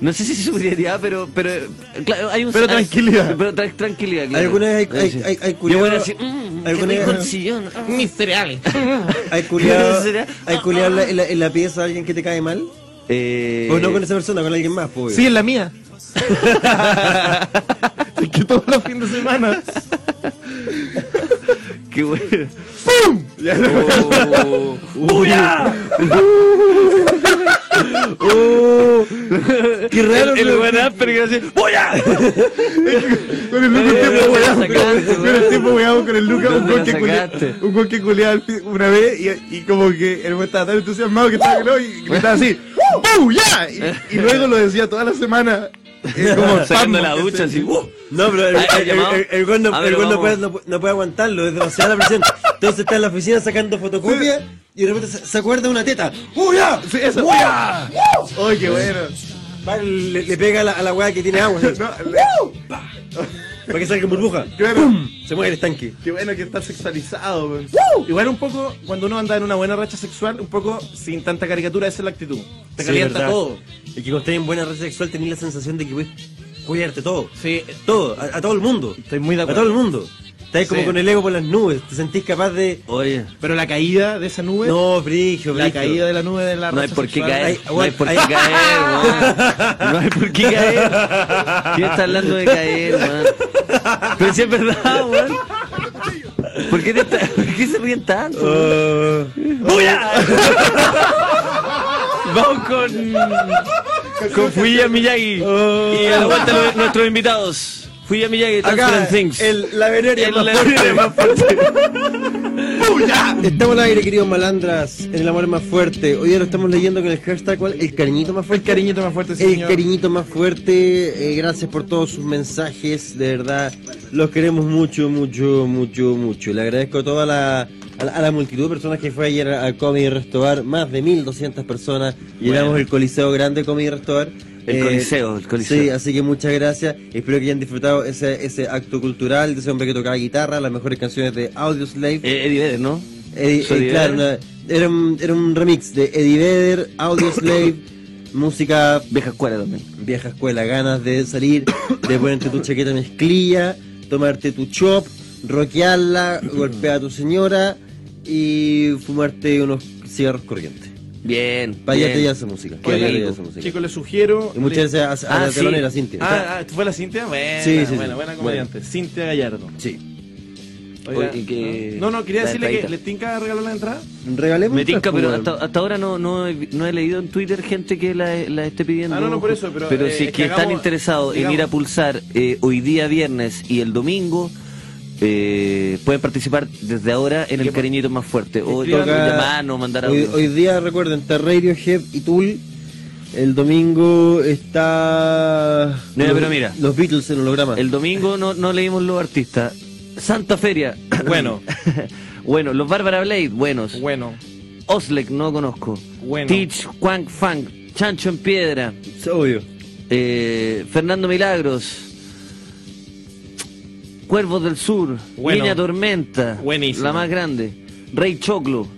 No sé si es superioridad, pero, pero eh, claro, hay un Pero tranquilidad. Pero tra- tranquilidad, claro. Alguna vez hay- Ahí sí. hay- hay- hay Yo culiao- bueno, así, mmm, alguna qué rico vez- el sillón. ah. ¿Hay culiado, ¿Será? hay culiado en, la, en la- en la pieza a alguien que te cae mal? Eh, O no con esa persona, con alguien más, pues. Sí, es la mía. es que todos los fines de semana. Qué bueno. Ya no. Oh, Qué raro, el ¿no? buen áspero que hace, ¡Voy a! Con el Luca Eh, un ¿dónde la tiempo weado. sacaste, Con el weón? tiempo weado con el Luca. Un ¿Dónde gol la que culea- sacaste? un gol que culeaba al fin- una vez y, y como que el güey estaba tan entusiasmado que estaba que no, y gritaba así. ¡Bum! ¡Ya! Y, y luego lo decía toda la semana. Es Sacando como spam, la ese- ducha así, ¡uh! No, pero el, Ah, ¿el el, el, llamado? el- el güey no, Ah, pero el güey no vamos. puede, no, pu- no puede aguantarlo, es demasiada la presión. Entonces está en la oficina sacando fotocopias y de repente se, se acuerda de una teta. ¡Uy, ya! Sí, eso. ¡Ya! ¡Ay, qué bueno! Va, le, le pega a la, a la weá que tiene agua, así, No, eh, le- para que salga en burbuja. claro. Se mueve el estanque. Qué bueno que está sexualizado, weón. Igual un poco, cuando uno anda en una buena racha sexual, un poco sin tanta caricatura, esa es la actitud. Te Sí, calienta verdad. todo. Y que cuando estás en buena red sexual tenés la sensación de que puedes cuidarte todo. Sí, Todo, a, a todo el mundo. Estoy muy de acuerdo. A todo el mundo. Estás como Sí. con el ego por las nubes, te sentís capaz de... ¡uh! Oye, pero la caída de esa nube, No, frigio, Pues, la frigio. caída de la nube de la no hay racha por qué sexual, caer, Ay, no hay por qué ay. caer, weón. No hay por qué caer. ¿Quién está hablando de caer, weón? Pero si es verdad, weón. ¿Por qué, te está- ¿Por qué se ríen tanto? weón? Uh, ¡Bulla! Vamos con. Con Fuya Miyagi. Y a la vuelta lo- nuestros invitados. Fuya Miyagi, acá, Transparent Things. el, la veneria El- más la fuerte. veneria más fuerte. Estamos al aire, queridos malandras, en el amor más fuerte. Hoy ya lo estamos leyendo con el hashtag, ¿cuál? El cariñito más fuerte. El cariñito más fuerte, Este sí, El señor. Eh, cariñito más fuerte. Eh, gracias por todos sus mensajes, de verdad. Los queremos mucho, mucho, mucho, mucho. Le agradezco a toda la, a la, a la multitud de personas que fue ayer al Comedy Restobar. Más de 1.200 personas. Llenamos el Coliseo Grande Comedy Restobar. Eh, El Coliseo, el Coliseo. Sí, así que muchas gracias. Espero que hayan disfrutado ese, ese acto cultural de ese hombre que tocaba guitarra, las mejores canciones de Audio Slave. Eh, Eddie Vedder, ¿no? Eddie- Soy eh, Eddie claro, Vedder. una- era, un, era un remix de Eddie Vedder, Audio Slave, música Vieja escuela también. vieja escuela, ganas de salir, de ponerte tu chaqueta mezclilla, tomarte tu chop, roquearla, golpear a tu señora y fumarte unos cigarros corrientes. Bien. Para allá bien. te lleva esa música. Qué pa' allá te lleva rico. esa música. Chicos, les sugiero. Y muchas gracias a, a Ah, la sí. telonera Cintia. Ah, ah, ¿fue la Cintia? Buena, Sí, sí, sí. buena, buena comediante. Cintia Gallardo. Sí. Oiga, Oye, que- No, no, quería la decirle que entradita. le tinca regalar la entrada. Regalemos Me tinca, otras, pero pues, hasta, hasta ahora no, no, he, no he leído en Twitter gente que la, la esté pidiendo. Ah, no, no, por eso, pero, eh, si es es que que están hagamos- interesados en digamos- ir a pulsar eh, hoy día viernes y el domingo, eh, pueden participar desde ahora en el cariñito más fuerte. O Toca- llamarnos, mandar hoy, audios. hoy día recuerden está Radiohead y Tool el domingo está No, los, pero mira. los Beatles en holograma El domingo no, no leímos los artistas. Santa Feria. Bueno. bueno, los Bárbara Blade, buenos. Bueno. Oslek, no conozco. Bueno. Teach, Quang Fang, Chancho en Piedra. es obvio Eh, Fernando Milagros, Cuervos del Sur, Bueno. Niña Tormenta, Buenísimo. la más grande, Rey Choclo,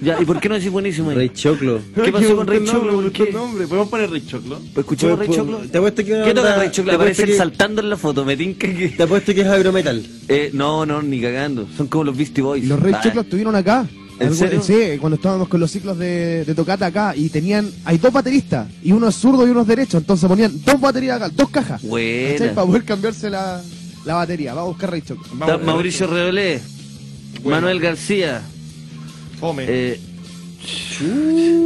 Ya, ¿y por qué no decís buenísimo ahí? Rey Choclo. ¿Qué pasó con Rey Choclo? ¿Por Me gustó el qué? nombre. ¿Podemos poner Rey Choclo? ¿Escuchamos Rey Pues, Choclo? pues, Te apuesto que una ¿Qué toca banda- Rey Choclo? te apuesto Aparecen que- saltando en la foto, me tinca que... Te apuesto que es agrometal. Eh, no, no, ni cagando. Son como los Beastie Boys. Los Rey Ah, Choclos estuvieron acá. ¿En Algo- serio? Sí, cuando estábamos con los ciclos de, de tocata acá y tenían, hay dos bateristas, y uno es zurdo y uno es derecho, entonces ponían dos baterías acá, dos cajas. Buena. Para poder cambiarse la, la batería. Vamos a buscar Rey Choclo. está eh, Mauricio Reolé. Manuel García. Fome. eh,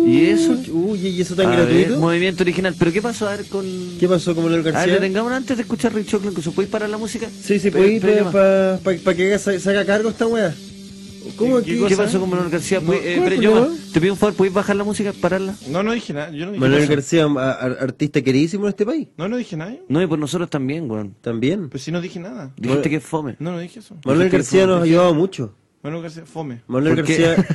¿Y eso? Uy, ¿y eso tan A ver, gratuito? movimiento original. ¿Pero qué pasó? A ver, con... ¿Qué pasó con Manuel A ver, García? detengamos antes de escuchar Rey Choclo, incluso. ¿Podéis parar la música? Sí, sí, Pe- pues pe- para pa, pa- pa que sa- saca cargo esta wea. ¿Cómo ¿Qué que- ¿Qué pasó con Manuel García? No, Pues, eh, ¿cuál pero fue yo, la weá? te pido un favor, ¿podéis bajar la música, pararla? No, no dije nada. Yo no dije Manuel nada. García, a- ar- artista queridísimo en este país. No, no dije nada. No, y por nosotros también, weón. También. Pues sí, no dije nada. Dijiste Bueno. que es fome. No, no dije eso. Manuel García nos ha ayudado mucho. Manuel García, fome. Manuel ¿Por qué? García,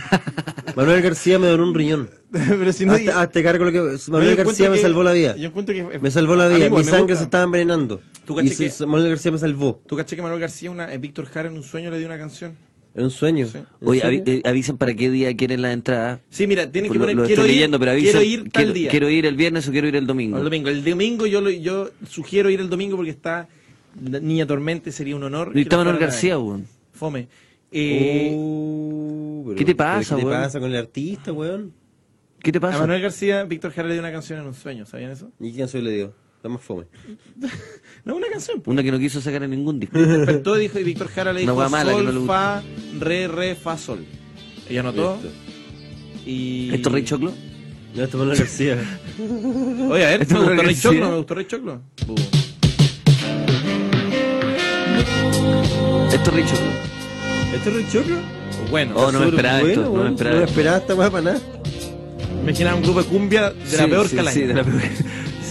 Manuel García me donó un riñón. Pero si no dije- Hazte hazte cargo lo que No, Manuel yo encuentro García me que- salvó la vida. Yo encuentro que. Me salvó la A mí vida. igual Mi me sangre gusta. se estaba envenenando. Tú Y caché se- que- se- Manuel García me salvó. ¿Tú caché que Manuel García, una, eh, Víctor Jara en un sueño le dio una canción? Era un sueño. Sí. ¿En Oye, serio? avi- eh, avisen para qué día quieren la entrada. Sí, mira, tienen que Lo- poner. lo quiero, estoy ir, leyendo, pero avisen. quiero ir tal quiero, día. quiero ir el viernes o quiero ir el domingo. El domingo. El domingo yo, lo- yo sugiero ir el domingo porque está la Niña Tormente, sería un honor. Y está Quiero Manuel estar a la- García, weón. Oh, Fome. Eh, Uh, pero- ¿Qué te pero pasa, ¿Qué te weón? pasa con el artista, weón? ¿Qué te a pasa? Manuel García, Víctor Jara le dio una canción en un sueño, ¿sabían eso? ¿Y qué canción le dio? La más fome. No, una canción. Una que no quiso sacar en ningún disco. Despertó y dijo, y Víctor Jara le Una dijo hueá mala que sol, no le gusta. fa, re, re, fa, sol. Ella anotó Listo. y... ¿Esto es Rey Choclo? No, esto es Manuel García. Oye, a ver, Esto ¿me es gustó Rey García. Choclo? ¿Me gustó Rey Choclo? Esto es Rey Choclo. ¿Esto es Rey Choclo? Bueno, Oh, no me Súper esperaba bueno, esto, no me weón. esperaba No me esto. esperaba esta weá para nada. imaginaba un grupo de cumbia de la Sí, peor sí, calaña. Sí, de la peor.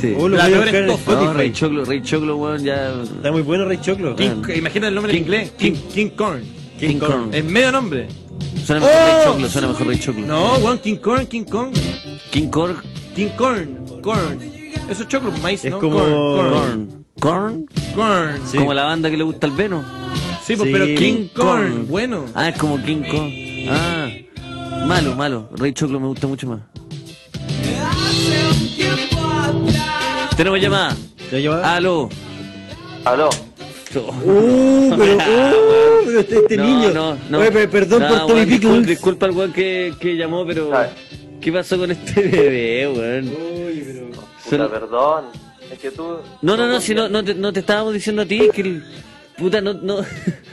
Sí. Oh, lo La voy a peor buscar en estofa. No, Spotify. Rey Choclo, Rey Choclo, weón, ya. Está muy bueno Rey Choclo. King- imagina el nombre King- en inglés. King, King Corn. King Korn. Es medio nombre. Suena mejor Rey Oh, Choclo, suena mejor Rey Choclo. No, weón, King Corn, King Corn. King Korn. King Corn. Corn. Eso es choclo, maíz, Es ¿no? como- Corn. Korn. Korn. Corn. Corn. Sí, Como la banda que le gusta al Veno. pues, Sí. pero King King Corn. Bueno. Ah, es como King Kong. Ah, malo, malo. Rey Choclo me gusta mucho más. Tenemos llamada. Ah, ¿Ya llevaba? Aló. Aló. Uh, pero, uh, pero este, este No, niño. no, no. Oye, pe- perdón No, por Tommy weón, discul- Pickles. Disculpa al weón que, que llamó, pero. Ah. ¿Qué pasó con este bebé, weón? Puta, Solo- perdón. Es que tú. No, no, no, si no, no, te, no te estábamos diciendo a ti que el- Puta, no, no.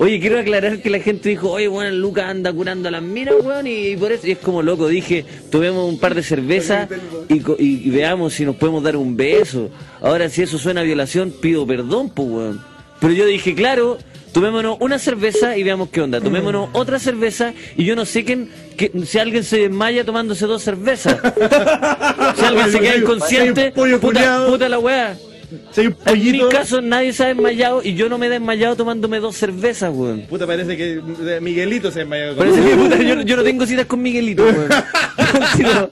Oye, quiero aclarar que la gente dijo, oye, bueno, el Lucas anda curando las minas, weón, y, y por eso, y es como loco, dije, tomemos un par de cervezas y, co- y- y veamos si nos podemos dar un beso. Ahora, si eso suena a violación, pido perdón, pues, weón. Pero yo dije, claro, tomémonos una cerveza y veamos qué onda. Tomémonos otra cerveza y yo no sé quién, que, si alguien se desmaya tomándose dos cervezas. Si alguien se queda inconsciente, puta, puta la weá. En mi caso nadie se ha desmayado y yo no me he desmayado tomándome dos cervezas, weón. Puta, parece que eh, Miguelito se desmayó. con- Parece que puta, yo, yo no tengo citas con Miguelito, weón. Si no-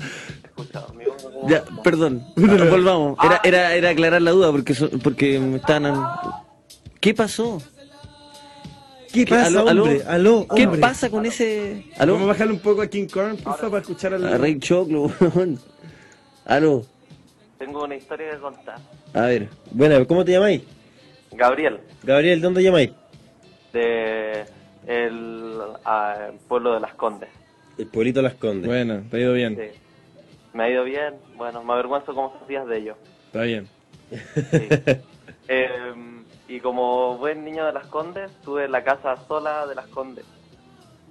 ya, perdón, volvamos. Era, era, era aclarar la duda porque, so- porque me estaban... al- ¿Qué pasó? ¿Qué pasa, aló, aló? hombre? Aló, ¿Qué hombre. pasa con ese... Vamos a ¿Aló? bajarle un poco a King Corn, por favor, para escuchar al... A Rey Choclo, weón. ¿Aló? Tengo una historia que contar. A ver. Bueno, ¿cómo te llamáis? Gabriel, Gabriel, ¿dónde llamáis? de el ah, pueblo de Las Condes. El pueblito Las Condes. Bueno, te ha ido bien. Sí. Me ha ido bien. Bueno, me avergüenzo como días de ello. Está bien. Sí. Em, y como buen niño de Las Condes, tuve la casa sola de Las Condes.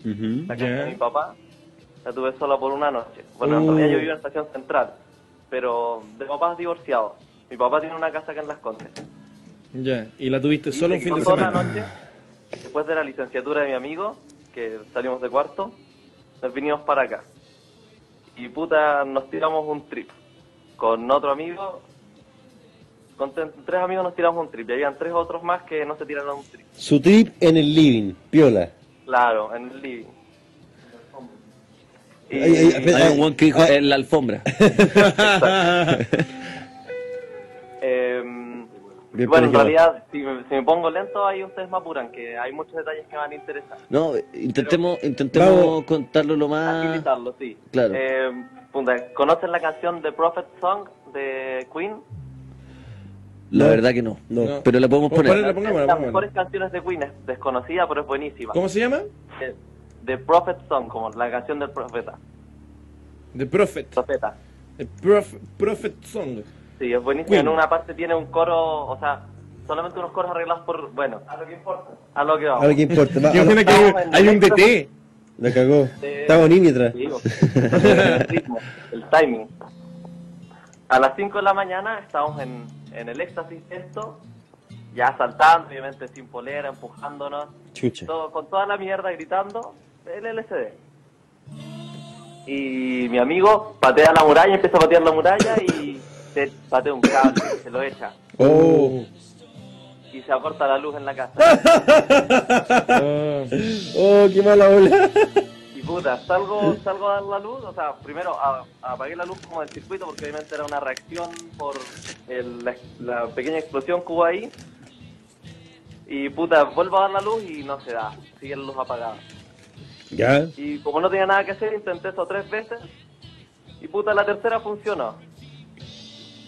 Ujú. La casa Ya. de mi papá la tuve sola por una noche. Bueno, en Oh. Uh. realidad yo vivía en Estación Central, pero de papás divorciados. Mi papá tiene una casa acá en Las Condes. Ya. Y la tuviste Y solo un se fin quedó de toda la semana. noche, después de la licenciatura de mi amigo, que salimos de cuarto, nos vinimos para acá. Y puta, nos tiramos un trip. Con otro amigo, con tre- tres amigos nos tiramos un trip. Y habían tres otros más que no se tiraron un trip. Su trip en el living, piola. Claro, en el living. Y- Ay, ay, espera. Hay un weón que dijo en la alfombra. Em, Bien bueno, colegiado. en realidad, si me, si me pongo lento, ahí ustedes me apuran, que hay muchos detalles que me van a interesar. No, intentemos, intentemos Vamos. contarlo lo más... Agilizarlo, sí. claro. Eh, punta, ¿Conocen la canción The Prophet Song de Queen? La verdad que no, No. pero la podemos poner. Ponle- pongámosla, de las pongámosla. mejores canciones de Queen, es desconocida, pero es buenísima. ¿Cómo se llama? Eh, The Prophet Song, como la canción del profeta. The Prophet. Profeta. The Prof- Prophet Song. Sí, es buenísimo. Queen. En una parte tiene un coro, o sea, solamente unos coros arreglados por. Bueno, a lo que importa. A lo que vamos. A ver qué importa. Va, Yo va, creo que hay, hay un DT. la cagó. Eh, Está bonito atrás. Sí, digo, el ritmo, el timing. A las 5 de la mañana estábamos en, en el éxtasis, esto, ya saltando, obviamente sin polera, empujándonos, Chucha. todo- con toda la mierda gritando, el LCD. Y mi amigo patea la muralla, empieza a patear la muralla y se patea un cable, se lo echa. Oh, Y se acorta la luz en la casa. oh, qué mala ola. Y puta, salgo, salgo a dar la luz, o sea, primero a- apagué la luz como del circuito porque obviamente era una reacción por el- la, la pequeña explosión que hubo ahí. Y puta, vuelvo a dar la luz y no se da, sigue la luz apagada. Ya. Y como no tenía nada que hacer, intenté eso tres veces. Y puta, la tercera funcionó.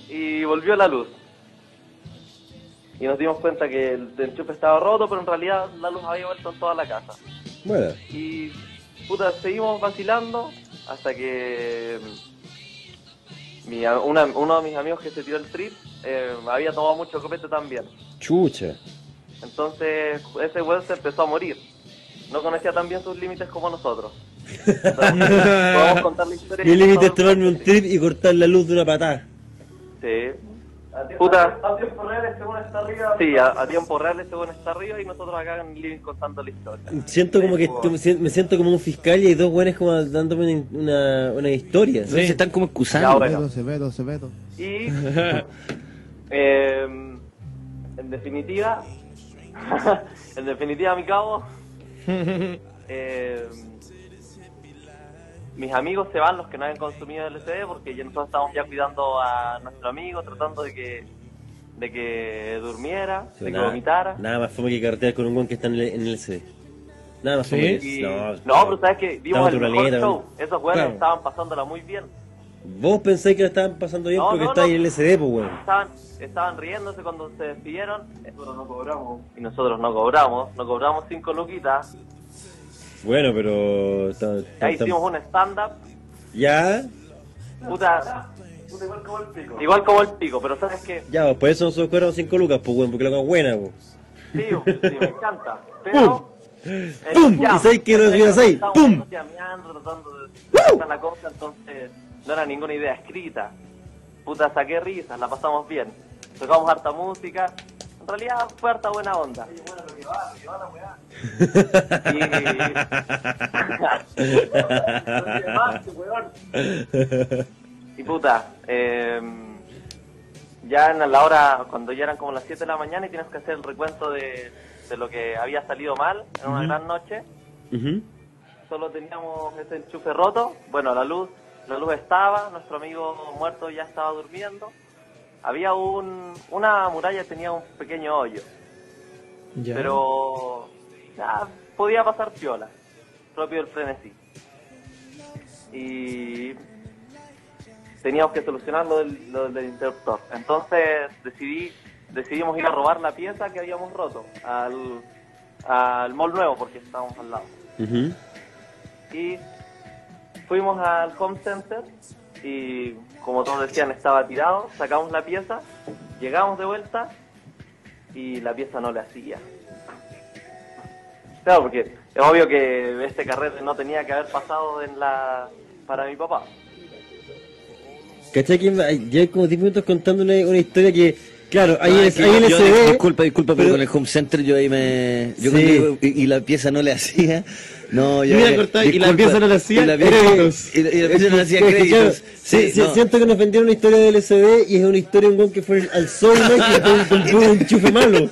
Y volvió la luz. Y nos dimos cuenta que el enchufe estaba roto, pero en realidad la luz había vuelto en toda la casa. Bueno. Y puta, seguimos vacilando hasta que mm, mi, a- una- uno de mis amigos que se tiró el trip eh, había tomado mucho copete también. Chucha. Entonces ese weón se empezó a morir. No conocía tan bien sus límites como nosotros. Entonces, podemos contar la historia. Mi límite es Todo- tomarme un trip y cortar la luz de una patada. Sí. Puta. A tiempo real este está arriba. Sí, a, a tiempo real este weón está arriba y nosotros acá en Living contando la historia. Siento como que estu- me siento como un fiscal y hay dos buenos como dándome una, una, una historia. No, Se están como Ya, excusando. bueno. Vedo, Sevedo, Sevedo. Y eh, en definitiva, en definitiva, mi cabo, eh, mis amigos se van los que no hayan consumido LCD porque ya nosotros estamos ya cuidando a nuestro amigo, tratando de que de que durmiera, de que Nada- vomitara. Nada más fome que carretear con un guan que está en el, en el LCD. Nada más ¿Sí? fome. Y- que- no, pero no. sabes que vimos el Estaba mejor naturaleta, show. Esos güeyes Claro. estaban pasándola muy bien. Vos pensáis que la estaban pasando bien No, porque no, está no. ahí en el LCD, pues, weón. Estaban, estaban riéndose cuando se despidieron. Nosotros no cobramos. Y nosotros no cobramos. No cobramos cinco luquitas. Bueno, pero. está- está- Ahí está- hicimos un stand-up. Ya, Puta. Igual como el pico. Igual como el pico, pero sabes que. ya, pues, por eso nosotros cobramos 5 lucas, pues, weón, porque la weá es buena, pues. Sí, sí, me encanta. Pero. eh, ¡Pum! ya, Y seis que los días seis, estábamos ¡pum! llameando, tratando de hacer la cosa, entonces no era ninguna idea escrita. Puta, saqué risas, la pasamos bien. Tocamos harta música. En realidad fue harta buena onda. Y puta, eh, ya en la hora, cuando ya eran como las 7 de la mañana y tienes que hacer el recuento de, de lo que había salido mal en una gran noche, Ujú. solo teníamos ese enchufe roto, bueno, la luz, la luz estaba, nuestro amigo muerto ya estaba durmiendo, había un, una muralla que tenía un pequeño hoyo, Ya. pero ya, podía pasar piola, propio del frenesí. Y teníamos que solucionar lo del, lo del interruptor. Entonces decidí, decidimos ir a robar la pieza que habíamos roto al, al mall nuevo porque estábamos al lado. Ujú. Y fuimos al home center y como todos decían estaba tirado, sacamos la pieza, llegamos de vuelta y la pieza no le hacía. Claro, porque es obvio que este carrete no tenía que haber pasado en la para mi papá. ¿Cachai que hay- ya hay como 10 minutos contándole una historia que, claro, ahí Ah, es, que ahí en el yo- CD, Disculpa, disculpa, pero, pero- con el home center yo ahí me. Yo Sí. cuando digo, y, y la pieza no le hacía. No, yo. Mira, cortá, y la pieza no le hacía Y la pieza, créditos. y la- y la pieza no le hacía Es que, claro, créditos. Sí, si- no. siento que nos vendieron una historia del LCD y es una historia de un weón que fue al Soulmate y fue un, un, un enchufe malo.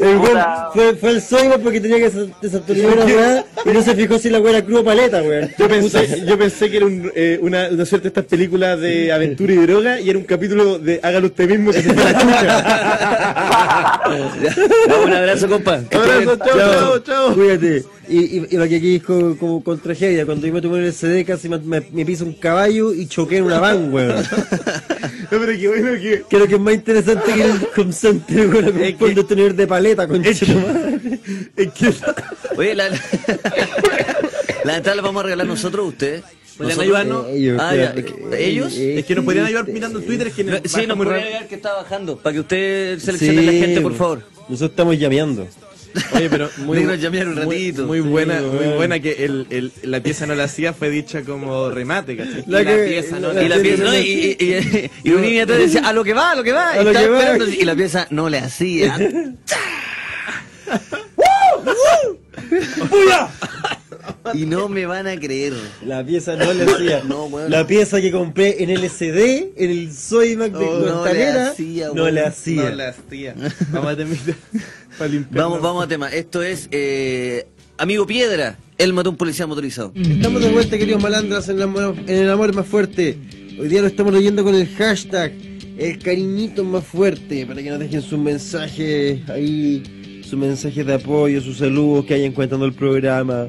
El weón Puta. fue, fue el Zoibo porque tenía que desa- desatorizar una weá y no se fijó si la weá era cruda o paleta, weón. Yo pensé, yo pensé que era un, eh, una, una suerte de estas películas de aventura y droga y era un capítulo de hágalo usted mismo que se fue a la chucha. Ah, un abrazo, compa. Que esté bien. Chao, chao, chao. Cuídate. Y, y, y para que aquí co- como con tragedia, cuando iba a tomar el CD casi me, me, me piso un caballo y choqué en una van, weón. No, pero qué bueno que. Creo que es más interesante que el home center, weón, con fondo tener de paleta, con Es que Oye, la, la, entrada la vamos a regalar nosotros, ustedes. ¿Podrían Nosotros- ayudarnos? Ellos, Ah, ya. ¿Ellos? Es que nos podrían ayudar mirando el Twitter. es Que No, nos Sí, baja nos muy podría rápido. ayudar que está bajando. Para que usted seleccione a la gente, por favor. Nosotros estamos llameando. Oye, pero muy, Déjenos llamear un muy- ratito. Muy, Sí, buena, muy weón. buena que el, el- la pieza no la hacía fue dicha como remate, ¿cachai? La y la que- pieza no la- la, Y la sí, pieza, sí, ¿no? Y, y, y, y un niño atrás decía, a lo que va, a lo que va. A y, lo estaba que va. esperando, y la pieza no le hacía. y no me van a creer. La pieza no le hacía. No, weón. La pieza que compré en el SD, en el Soymac de Oh, no le Costanera, hacía, no weón. le hacía. No la hacía. Vamos a terminar para limpiar. Vamos, vamos a tema. Esto es eh, Amigo Piedra. Él mató a un policía motorizado. Estamos de vuelta, queridos malandras, en el, amor, en el amor más fuerte. Hoy día lo estamos leyendo con el hashtag El cariñito más fuerte, para que nos dejen sus mensajes ahí, sus mensajes de apoyo, sus saludos que hayan comentando el programa.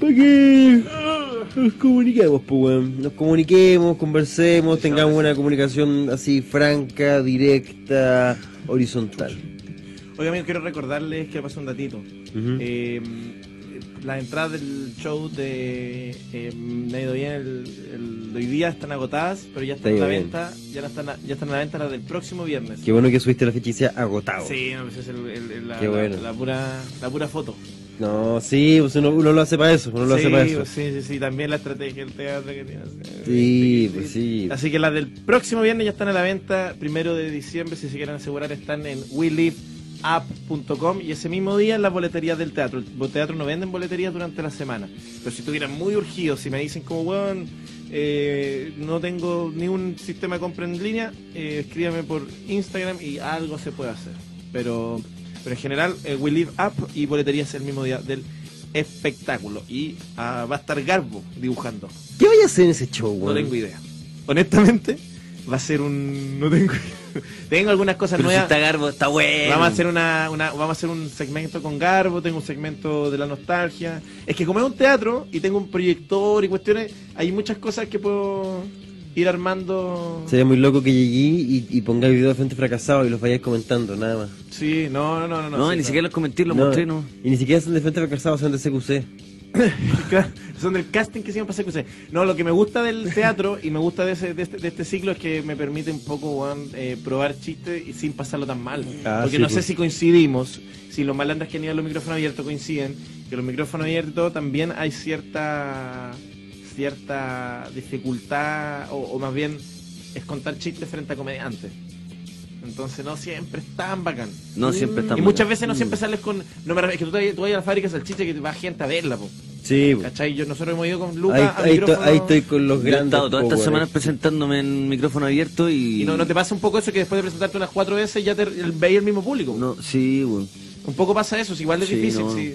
Para que ah, nos comuniquemos, pues, weón. Nos comuniquemos, conversemos, tengamos una comunicación así franca, directa, horizontal. Oiga, amigos, quiero recordarles que pasó un datito. Eh, las entradas del show de eh, Me ha ido bien el, el de hoy día están agotadas, pero ya Te están ha a ido la bien. venta, ya, no están a, ya están a la venta las del próximo viernes. Qué bueno que subiste la fecha y sea agotado. Sí, no, pues es el- el- el- la, Qué bueno. la- la pura, la pura foto. No, sí, pues uno, uno lo hace para eso, uno lo sí, pues, hace para eso. sí, sí, sí, también la estrategia del teatro que tiene. Sí, pues sí. Así que las del próximo viernes ya están a la venta, primero de diciembre, si se quieren asegurar, están en WeLiveApp.com y ese mismo día en las boleterías del teatro. El bo- teatro no venden boleterías durante la semana, pero si estuvieran muy urgidos, si me dicen como, weón, eh, no tengo ni un sistema de compra en línea, eh, escríbame por Instagram y algo se puede hacer. Pero, pero en general, eh, We Live Up y boleterías el mismo día del espectáculo. Y ah, va a estar Garbo dibujando. ¿Qué vaya a hacer en ese show, No weón? tengo idea. Honestamente, va a ser un. No tengo idea. Tengo algunas cosas Pero si nuevas. está Garbo, está bueno. Vamos a hacer una, una- vamos a hacer un segmento con Garbo, tengo un segmento de la nostalgia. Es que como es un teatro y tengo un proyector y cuestiones, hay muchas cosas que puedo ir armando. Sería muy loco que llegué y, y ponga videos de frente fracasado y los vayáis comentando, nada más. Sí, no, no, no, no. No, sí, ni siquiera los comenté, los mostré, no. Y ni siquiera son de frente fracasado, son de CQC. Claro, son del casting que siempre hace cosas. No, lo que me gusta del teatro y me gusta de, ese- de este, de este ciclo es que me permite un poco weón, eh, probar chistes y sin pasarlo tan mal. Ah, Porque sí, no sé pues. si coincidimos, si los malandras que han ido a los micrófonos abiertos coinciden, que los micrófonos abiertos también hay cierta cierta dificultad o, o más bien es contar chistes frente a comediantes. Entonces no siempre es tan bacán. No, siempre está y bueno. muchas veces no Mm. siempre sales con... No me refiero- es que tú, te- tú vas a la fábrica de salchicha que te va gente a verla, po. Sí, weón. ¿Cachai? Yo, nosotros hemos ido con Lucas Ahí, a ahí to- micrófono- ahí estoy con los Yo he grandes. estado todas estas po, weón. semanas presentándome en micrófono abierto y. Y no, no te pasa un poco eso que después de presentarte unas cuatro veces ya te el- veis el mismo público. No, sí, weón. Un poco pasa eso, si igual es Sí, difícil. no. Si,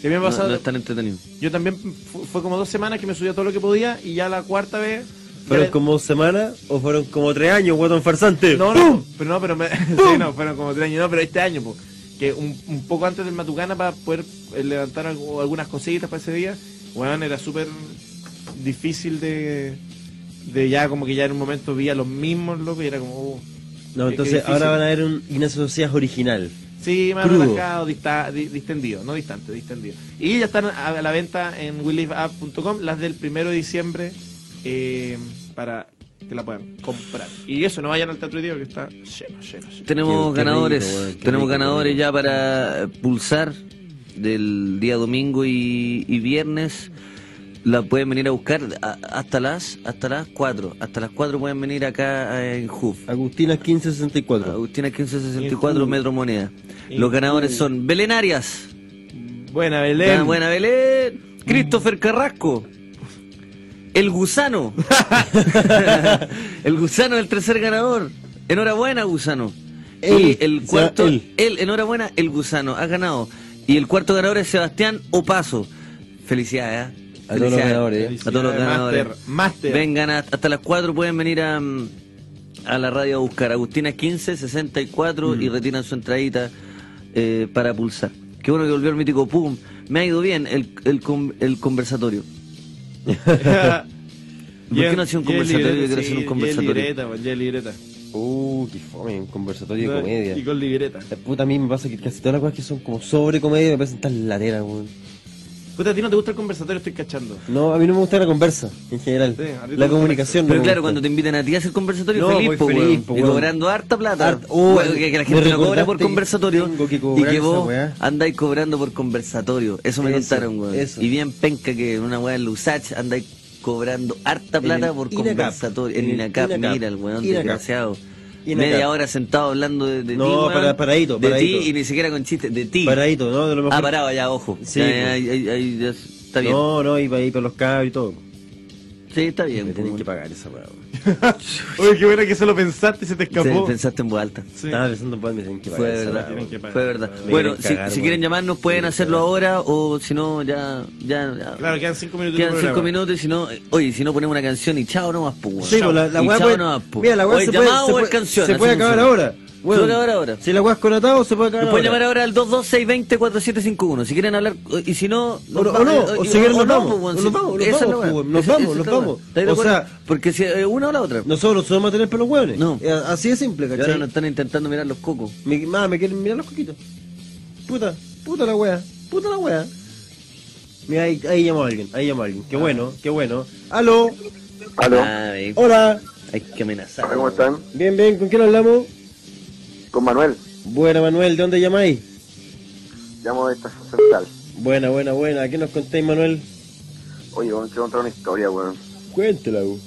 si a mí me No, pasa- no es tan entretenido. Yo también fu- fue como dos semanas que me subía todo lo que podía y ya la cuarta vez. ya ¿Fueron le- como dos semanas o fueron como tres años, guatón farsante? No, no, pero no, pero me- sí, no, fueron como tres años, no, pero este año, po, que un, un poco antes del Matucana para poder eh, levantar algo- algunas cositas para ese día, weón, era súper difícil de, de ya como que ya en un momento vi a los mismos locos y era como, oh, No, qué- qué entonces difícil. ahora van a ver un Ignacio Socias original. Sí, más Crudo. relajado, dista- di- distendido, no distante, distendido. Y ya están a la venta en willisapp.com las del primero de diciembre eh, para que la puedan comprar. Y eso, no vayan al teatro hoy día que está lleno, lleno, lleno. Tenemos Qué- qué ganadores, rico, weón, qué tenemos rico, ganadores qué rico. ya para eh, pulsar del día domingo y, y viernes. La pueden venir a buscar a- hasta las hasta las 4. Hasta las 4 pueden venir acá eh, en HUF. Agustina 1564. Agustina En 1564 Hoof. Metro Moneda. En Los ganadores Hoof. son Belén Arias. Buena, Belén. Ah, buena Belén. Christopher Carrasco. El gusano. el gusano, el tercer ganador. Enhorabuena, gusano. Y Él, el se cuarto, va él. él. enhorabuena, el gusano, ha ganado. Y el cuarto ganador es Sebastián Opaso. Felicidades, ¿eh? A todos los Felicidades. ganadores, A todos los ganadores. Master, master. Vengan a- hasta las 4, pueden venir a, mm, a la radio a buscar Agustina 1564 Mm. y retiran su entradita eh, para pulsar. Qué bueno que volvió el mítico Pum. Me ha ido bien el, el, con- el conversatorio. ¿Por qué no hacía un conversatorio? Yo quiero hacer un conversatorio. Ya libreta, man, ya libreta. Uh, qué fome, un conversatorio de comedia. Y con libreta. La puta, a mí me pasa que casi todas las cosas que son como sobre comedia me parecen tan lateras, weón. Puta, a ti no te gusta el conversatorio, estoy cachando. No, a mí no me gusta la conversa, en general. Sí, a ti te la gusta comunicación no Pero me claro, gusta. cuando te invitan a ti a hacer conversatorio, No, feliz, voy po, feliz, weón. po, Y weón. cobrando harta plata. Harta- oh, Weón, que, que la me gente no cobra por recordaste que conversatorio. tengo que y cobrar que esa vos weá. andáis cobrando por conversatorio. Eso me Eso, contaron, weón. eso. Y bien penca que en una weá en Lusach andáis cobrando harta plata el por INACAP. conversatorio. En En el Inacap, INACAP. mira el weón, INACAP. desgraciado. INACAP. Media hora sentado hablando de, de No, ti, weón. para- paradito, De ti paradito. y ni siquiera con chistes, de ti. Paradito, ¿no? De lo mejor. Ah, parado ya, ojo. Sí, Ya, pues. ya, ya, ya, ya, está bien. No, no, y para ir para los cabros y todo. Sí, está bien. Me po, tienen que weón. pagar esa weá, weón. Oye, qué buena que solo pensaste y se te Sí, escapó. Pensaste en voz alta. Sí. Estaba pensando en me tienen que pagar Fue esa verdad, weá, tienen weón. que pagar. fue verdad. Me Bueno, quieren si, cagar, si weón. quieren llamarnos pueden hacerlo ahora o si no ya ya, ya. Claro, quedan cinco minutos. de quedan cinco programa. minutos y si no, eh, oye, si no ponemos una canción y chao nomás, pues. weón. Sí, pues la, la Y weá chao puede- nomás, pues. Mira, la O weá el se puede, llamado se o el puede, canción, se así puede funciona. acabar ahora. Weón, puede acabar ahora. Si la weá es conatado, se puede acabar Nos ahora. pueden llamar ahora al 226204751 si quieren hablar eh, y si no O no, o no, o si quieren nos vamos, pues, weón, o si- nos vamos, nos esa es la vamos, weá. pues, nos Esa- vamos, esa es nos la weá. vamos. ¿Estáis de O acuerdo? sea- porque si eh, una o la otra. Nosotros somos a tener pelos hueones. No. Eh, Así de simple, Y ahora ¿cachai? nos están intentando mirar los cocos. Me, ma, me quieren mirar los coquitos. Puta, puta la wea, puta la wea. Mira, ahí, ahí llamó a alguien, ahí llamó a alguien. Ah. Qué bueno, qué bueno. Aló, Aló, Ay, hola, hay que amenazar. ¿cómo están? bien, bien, ¿con quién hablamos? Con Manuel, Buena, Manuel, ¿de dónde llamáis? llamo de Estación Central. Buena, buena, buena. ¿Qué nos contáis, Manuel? Oye, vamos a contar una historia, weón. Cuéntela, bu.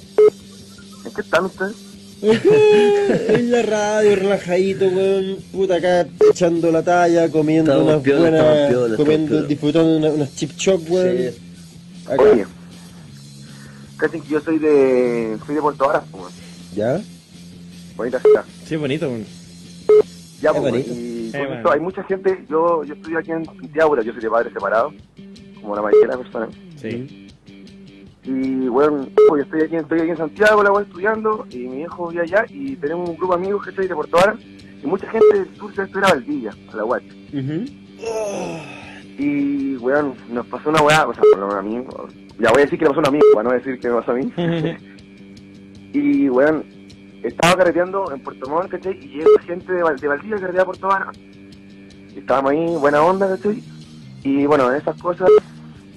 ¿En qué están ustedes? en la radio, relajadito, weón. Puta, acá echando la talla, comiendo Estamos unas piola, estamos buenas. piola, estamos comiendo, piola. disfrutando una- unas chip chop, weón. Acá. Oye, casi que yo soy de, soy de Puerto Varas, pues, weón. ¿Ya? bonita ciudad. Sí, bonito. weón. Ya, Qué pues, bonito. y Qué con bueno. esto hay mucha gente, yo, yo estudio aquí en Santiago, yo soy de padres separados, como la mayoría de las personas. Sí. Y bueno, yo estoy aquí, estoy aquí en Santiago, la voy estudiando, y mi hijo vive allá, y tenemos un grupo de amigos que estoy de Puerto Varas, y mucha gente del sur se va a estudiar a Valdivia, a la UAT. Y, weón, nos pasó una weá, o sea, por lo menos a mí, o- ya voy a decir que le pasó a un amigo, para no decir que me pasó a mí. y, weón, estaba carreteando en Puerto Montt, ¿cachai? Y llega gente de, Val- de Valdivia que carretea a Puerto Varas. Y estábamos ahí, buena onda, ¿cachai? Y, bueno, en esas cosas,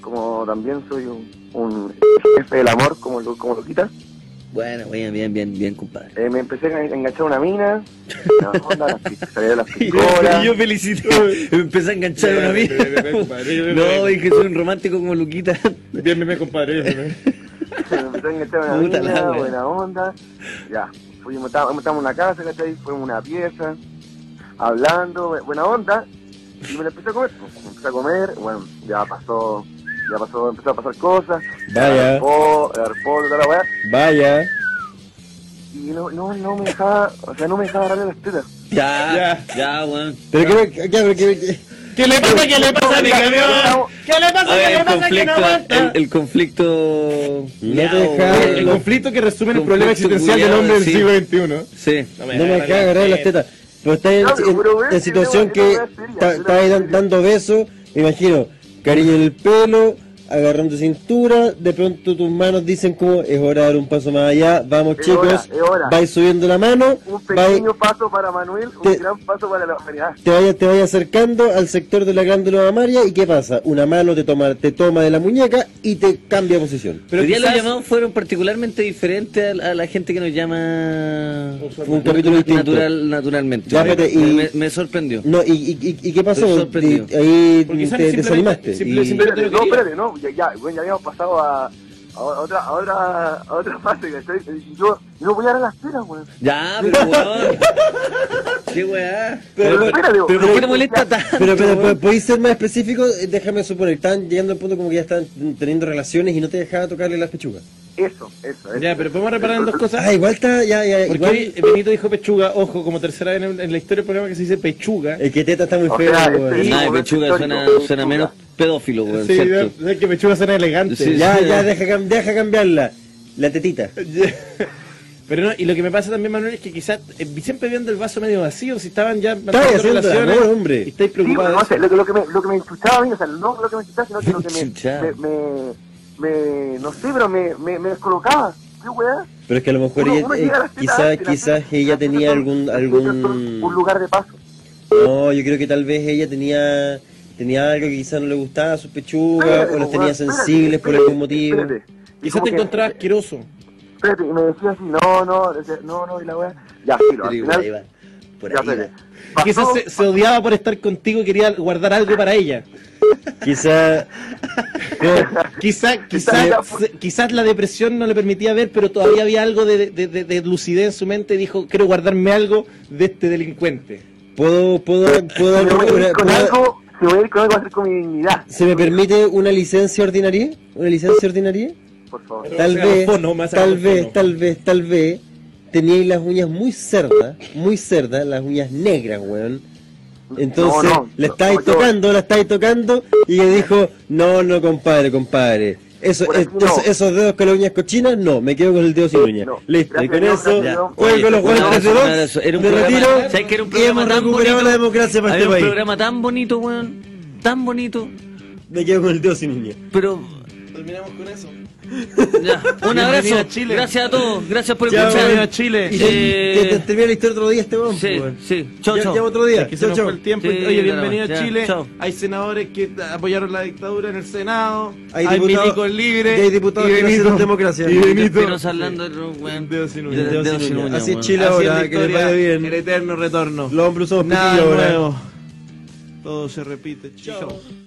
como también soy un, un jefe del amor, como lo, como lo quita, Bueno, bien, bien, bien, bien, compadre. eh, me empecé a enganchar una mina, una onda, las pi- salí de las piscolas. yo felicito. Me empecé a enganchar una vida. No, es que soy un romántico como Luquita. Bien, bien, bien, compadre. bien, bien, bien. Me empezó a inyectar una Puta la mina, wea. buena onda. Ya, fuimos, estábamos estábamos en una casa, ¿cachai? Fuimos a una pieza, hablando, buena onda. Y me la empecé a comer, pues, me empecé a comer, bueno, ya pasó, ya pasó, empezó a pasar cosas. Vaya. Arpó, arpó, toda la weá. Vaya. Y no, no, no me dejaba, o sea, no me dejaba darle las tetas. Ya, ya, weón. Pero que, que, que, que- ¿Qué le pasa? ¿Qué le pasa a mi camión? ¿Qué le pasa? A ver, ¿Qué el le pasa? ¿Qué no conflicto. aguanta? El, el conflicto. No te Ya, dejas- weón. El conflicto que resume el Conflicto problema existencial del culiao, hombre del sí. siglo XXI. Sí. no me cagas agarrar las tetas. Pero está en, Claro, en- pero en ves, situación yo le que voy a- yo le voy a decir, está- yo le está voy a ahí dan- decir. dando besos, me imagino, cariño en el pelo, agarrando cintura, de pronto tus manos dicen como es hora de dar un paso más allá, vamos Es hora, chicos, es hora. vais subiendo la mano, Un vais- pequeño paso para Manuel, un Te- gran paso para la humanidad. te vayas te vaya acercando al sector de la glándula mamaria y ¿qué pasa? Una mano te toma, te toma de la muñeca y te cambia posición. Pero Pero Hoy día quizás- los llamados fueron particularmente diferentes a, a la gente que nos llama Un capítulo distinto. natural, naturalmente. Llámate y- me, me sorprendió. No, ¿y, y, y- y qué Estoy pasó? sorprendido. Di- Ahí Porque quizás te simplemente- desanimaste. simple- Y- simplemente Espérate, lo no, quería. espérate, no, ya, ya, bueno, ya habíamos pasado a, a otra, a otra, a otra fase, ¿cachai? Y Yo, yo no voy a dar las telas, weón. Ya, pero weón. Qué weá. Pero, bueno, espérate, Pero ¿por qué te pero- molesta tanto? pero, pero, pero, ¿podéis ser más específico? Eh, Déjame suponer, están llegando al punto como que ya están teniendo relaciones y no te dejaba tocarle las pechugas. Eso, eso, eso. Ya, pero podemos reparar en dos cosas. Ah, igual está, ya, ya, Porque igual. hoy Benito dijo pechuga, ojo, como tercera vez en, en la historia del programa que se dice pechuga. Eh, El que teta está muy O feo, sea, weón. este- Nada, de momento pechuga histórico, suena, pechuga. suena menos pedófilo, weón. Sí, ¿cierto? ya- ya que pechuga suena elegante. Sí. Ya, ya, deja, cam- deja cambiarla. La tetita. Pero no, y lo que me pasa también, Manuel, es que quizás eh, siempre viendo el vaso medio vacío, si estaban ya haciendo el amor, hombre. y estáis Sí, preocupados. no sé, lo, que- lo que me, lo que me enchuchaba a mí, o sea, no lo que me enchuchaba, sino que lo que Enchuchaba. me, me, me, me- no sé, pero me, me, me descolocaba. ¿Qué weá? Pero es que a lo mejor Uno- ella, uno eh, llega a las quizá, tetas, y las quizás tetas- ella las tetas tenía son- algún, las tetas son Un algún... lugar de paso. No, yo creo que tal vez ella tenía, tenía algo que quizás no le gustaba, sus pechugas, Espérate, o las po, tenía weón, espérate, sensibles por espérate, algún motivo. espérate. Y Quizás como te que- encontrabas asqueroso. Espérate, y me decía así, no, no, decía, no, no, y la weá. Ya, filo, al Pero igual, ahí final, va. Por ya, ahí va. espérate. Pasó- Quizás se, se odiaba por estar contigo y quería guardar algo para ella. Quizá, Quizás Está- quizás se- quizás la depresión no le permitía ver, pero todavía había algo de, de- de- de lucidez en su mente y dijo, quiero guardarme algo de este delincuente. puedo, puedo, puedo Si me darme voy a una- ir con puedo- algo, si voy a ir con algo, va a ser con mi dignidad, ¿Se me permite una licencia ordinaria? ¿Una licencia ordinaria? por favor. Tal Me hace vez, gafono, me hace tal gafono. vez, tal vez, tal vez, teníais las uñas muy cerdas, muy cerdas, las uñas negras, weón. Entonces, No, no, la no, estáis no, yo- tocando, la estáis tocando, y le dijo, no, no, compadre, compadre. Eso, Por aquí entonces, no. esos dedos con las uñas cochinas, no, me quedo con el dedo sin uña. No. Listo, y con Gracias, eso, gracias, Ya. cuelgo Oye, los una guantes cosa, de una de box, esas- Era un me retiro, programa, ¿sabes que era un y programa hemos tan recuperado bonito? la democracia para Había este un país. programa tan bonito, weón. Tan bonito. Me quedo con el dedo sin uña. Pero, Terminamos con eso. ya. Un Bienvenido abrazo. a Chile. Gracias a todos. Gracias por Chao, escuchar. bienvenido a Chile. Y Eh, te, te termina la historia otro día este weón, Sí, pues, weón. sí. Chao, Ya- chao. ya otro día. Es que se nos Chao, fue chao. el tiempo. Sí, Oye, bienvenido nada a más, ya, Chile. chao. Hay senadores que apoyaron la dictadura en el Senado. Hay, Hay diputados- milicos libres. y hay diputados y que no Benito- hacen democracia. Y Benito. Pero hablando de los weón. Dedo sin uña. de- Dedo dedo sin sin uña. uña, Así es weón. Chile Así es ahora, la que les historia, vaya bien. El eterno retorno. Los hombres usamos Nada pitillos ahora. nuevo. Todo se repite. Chao.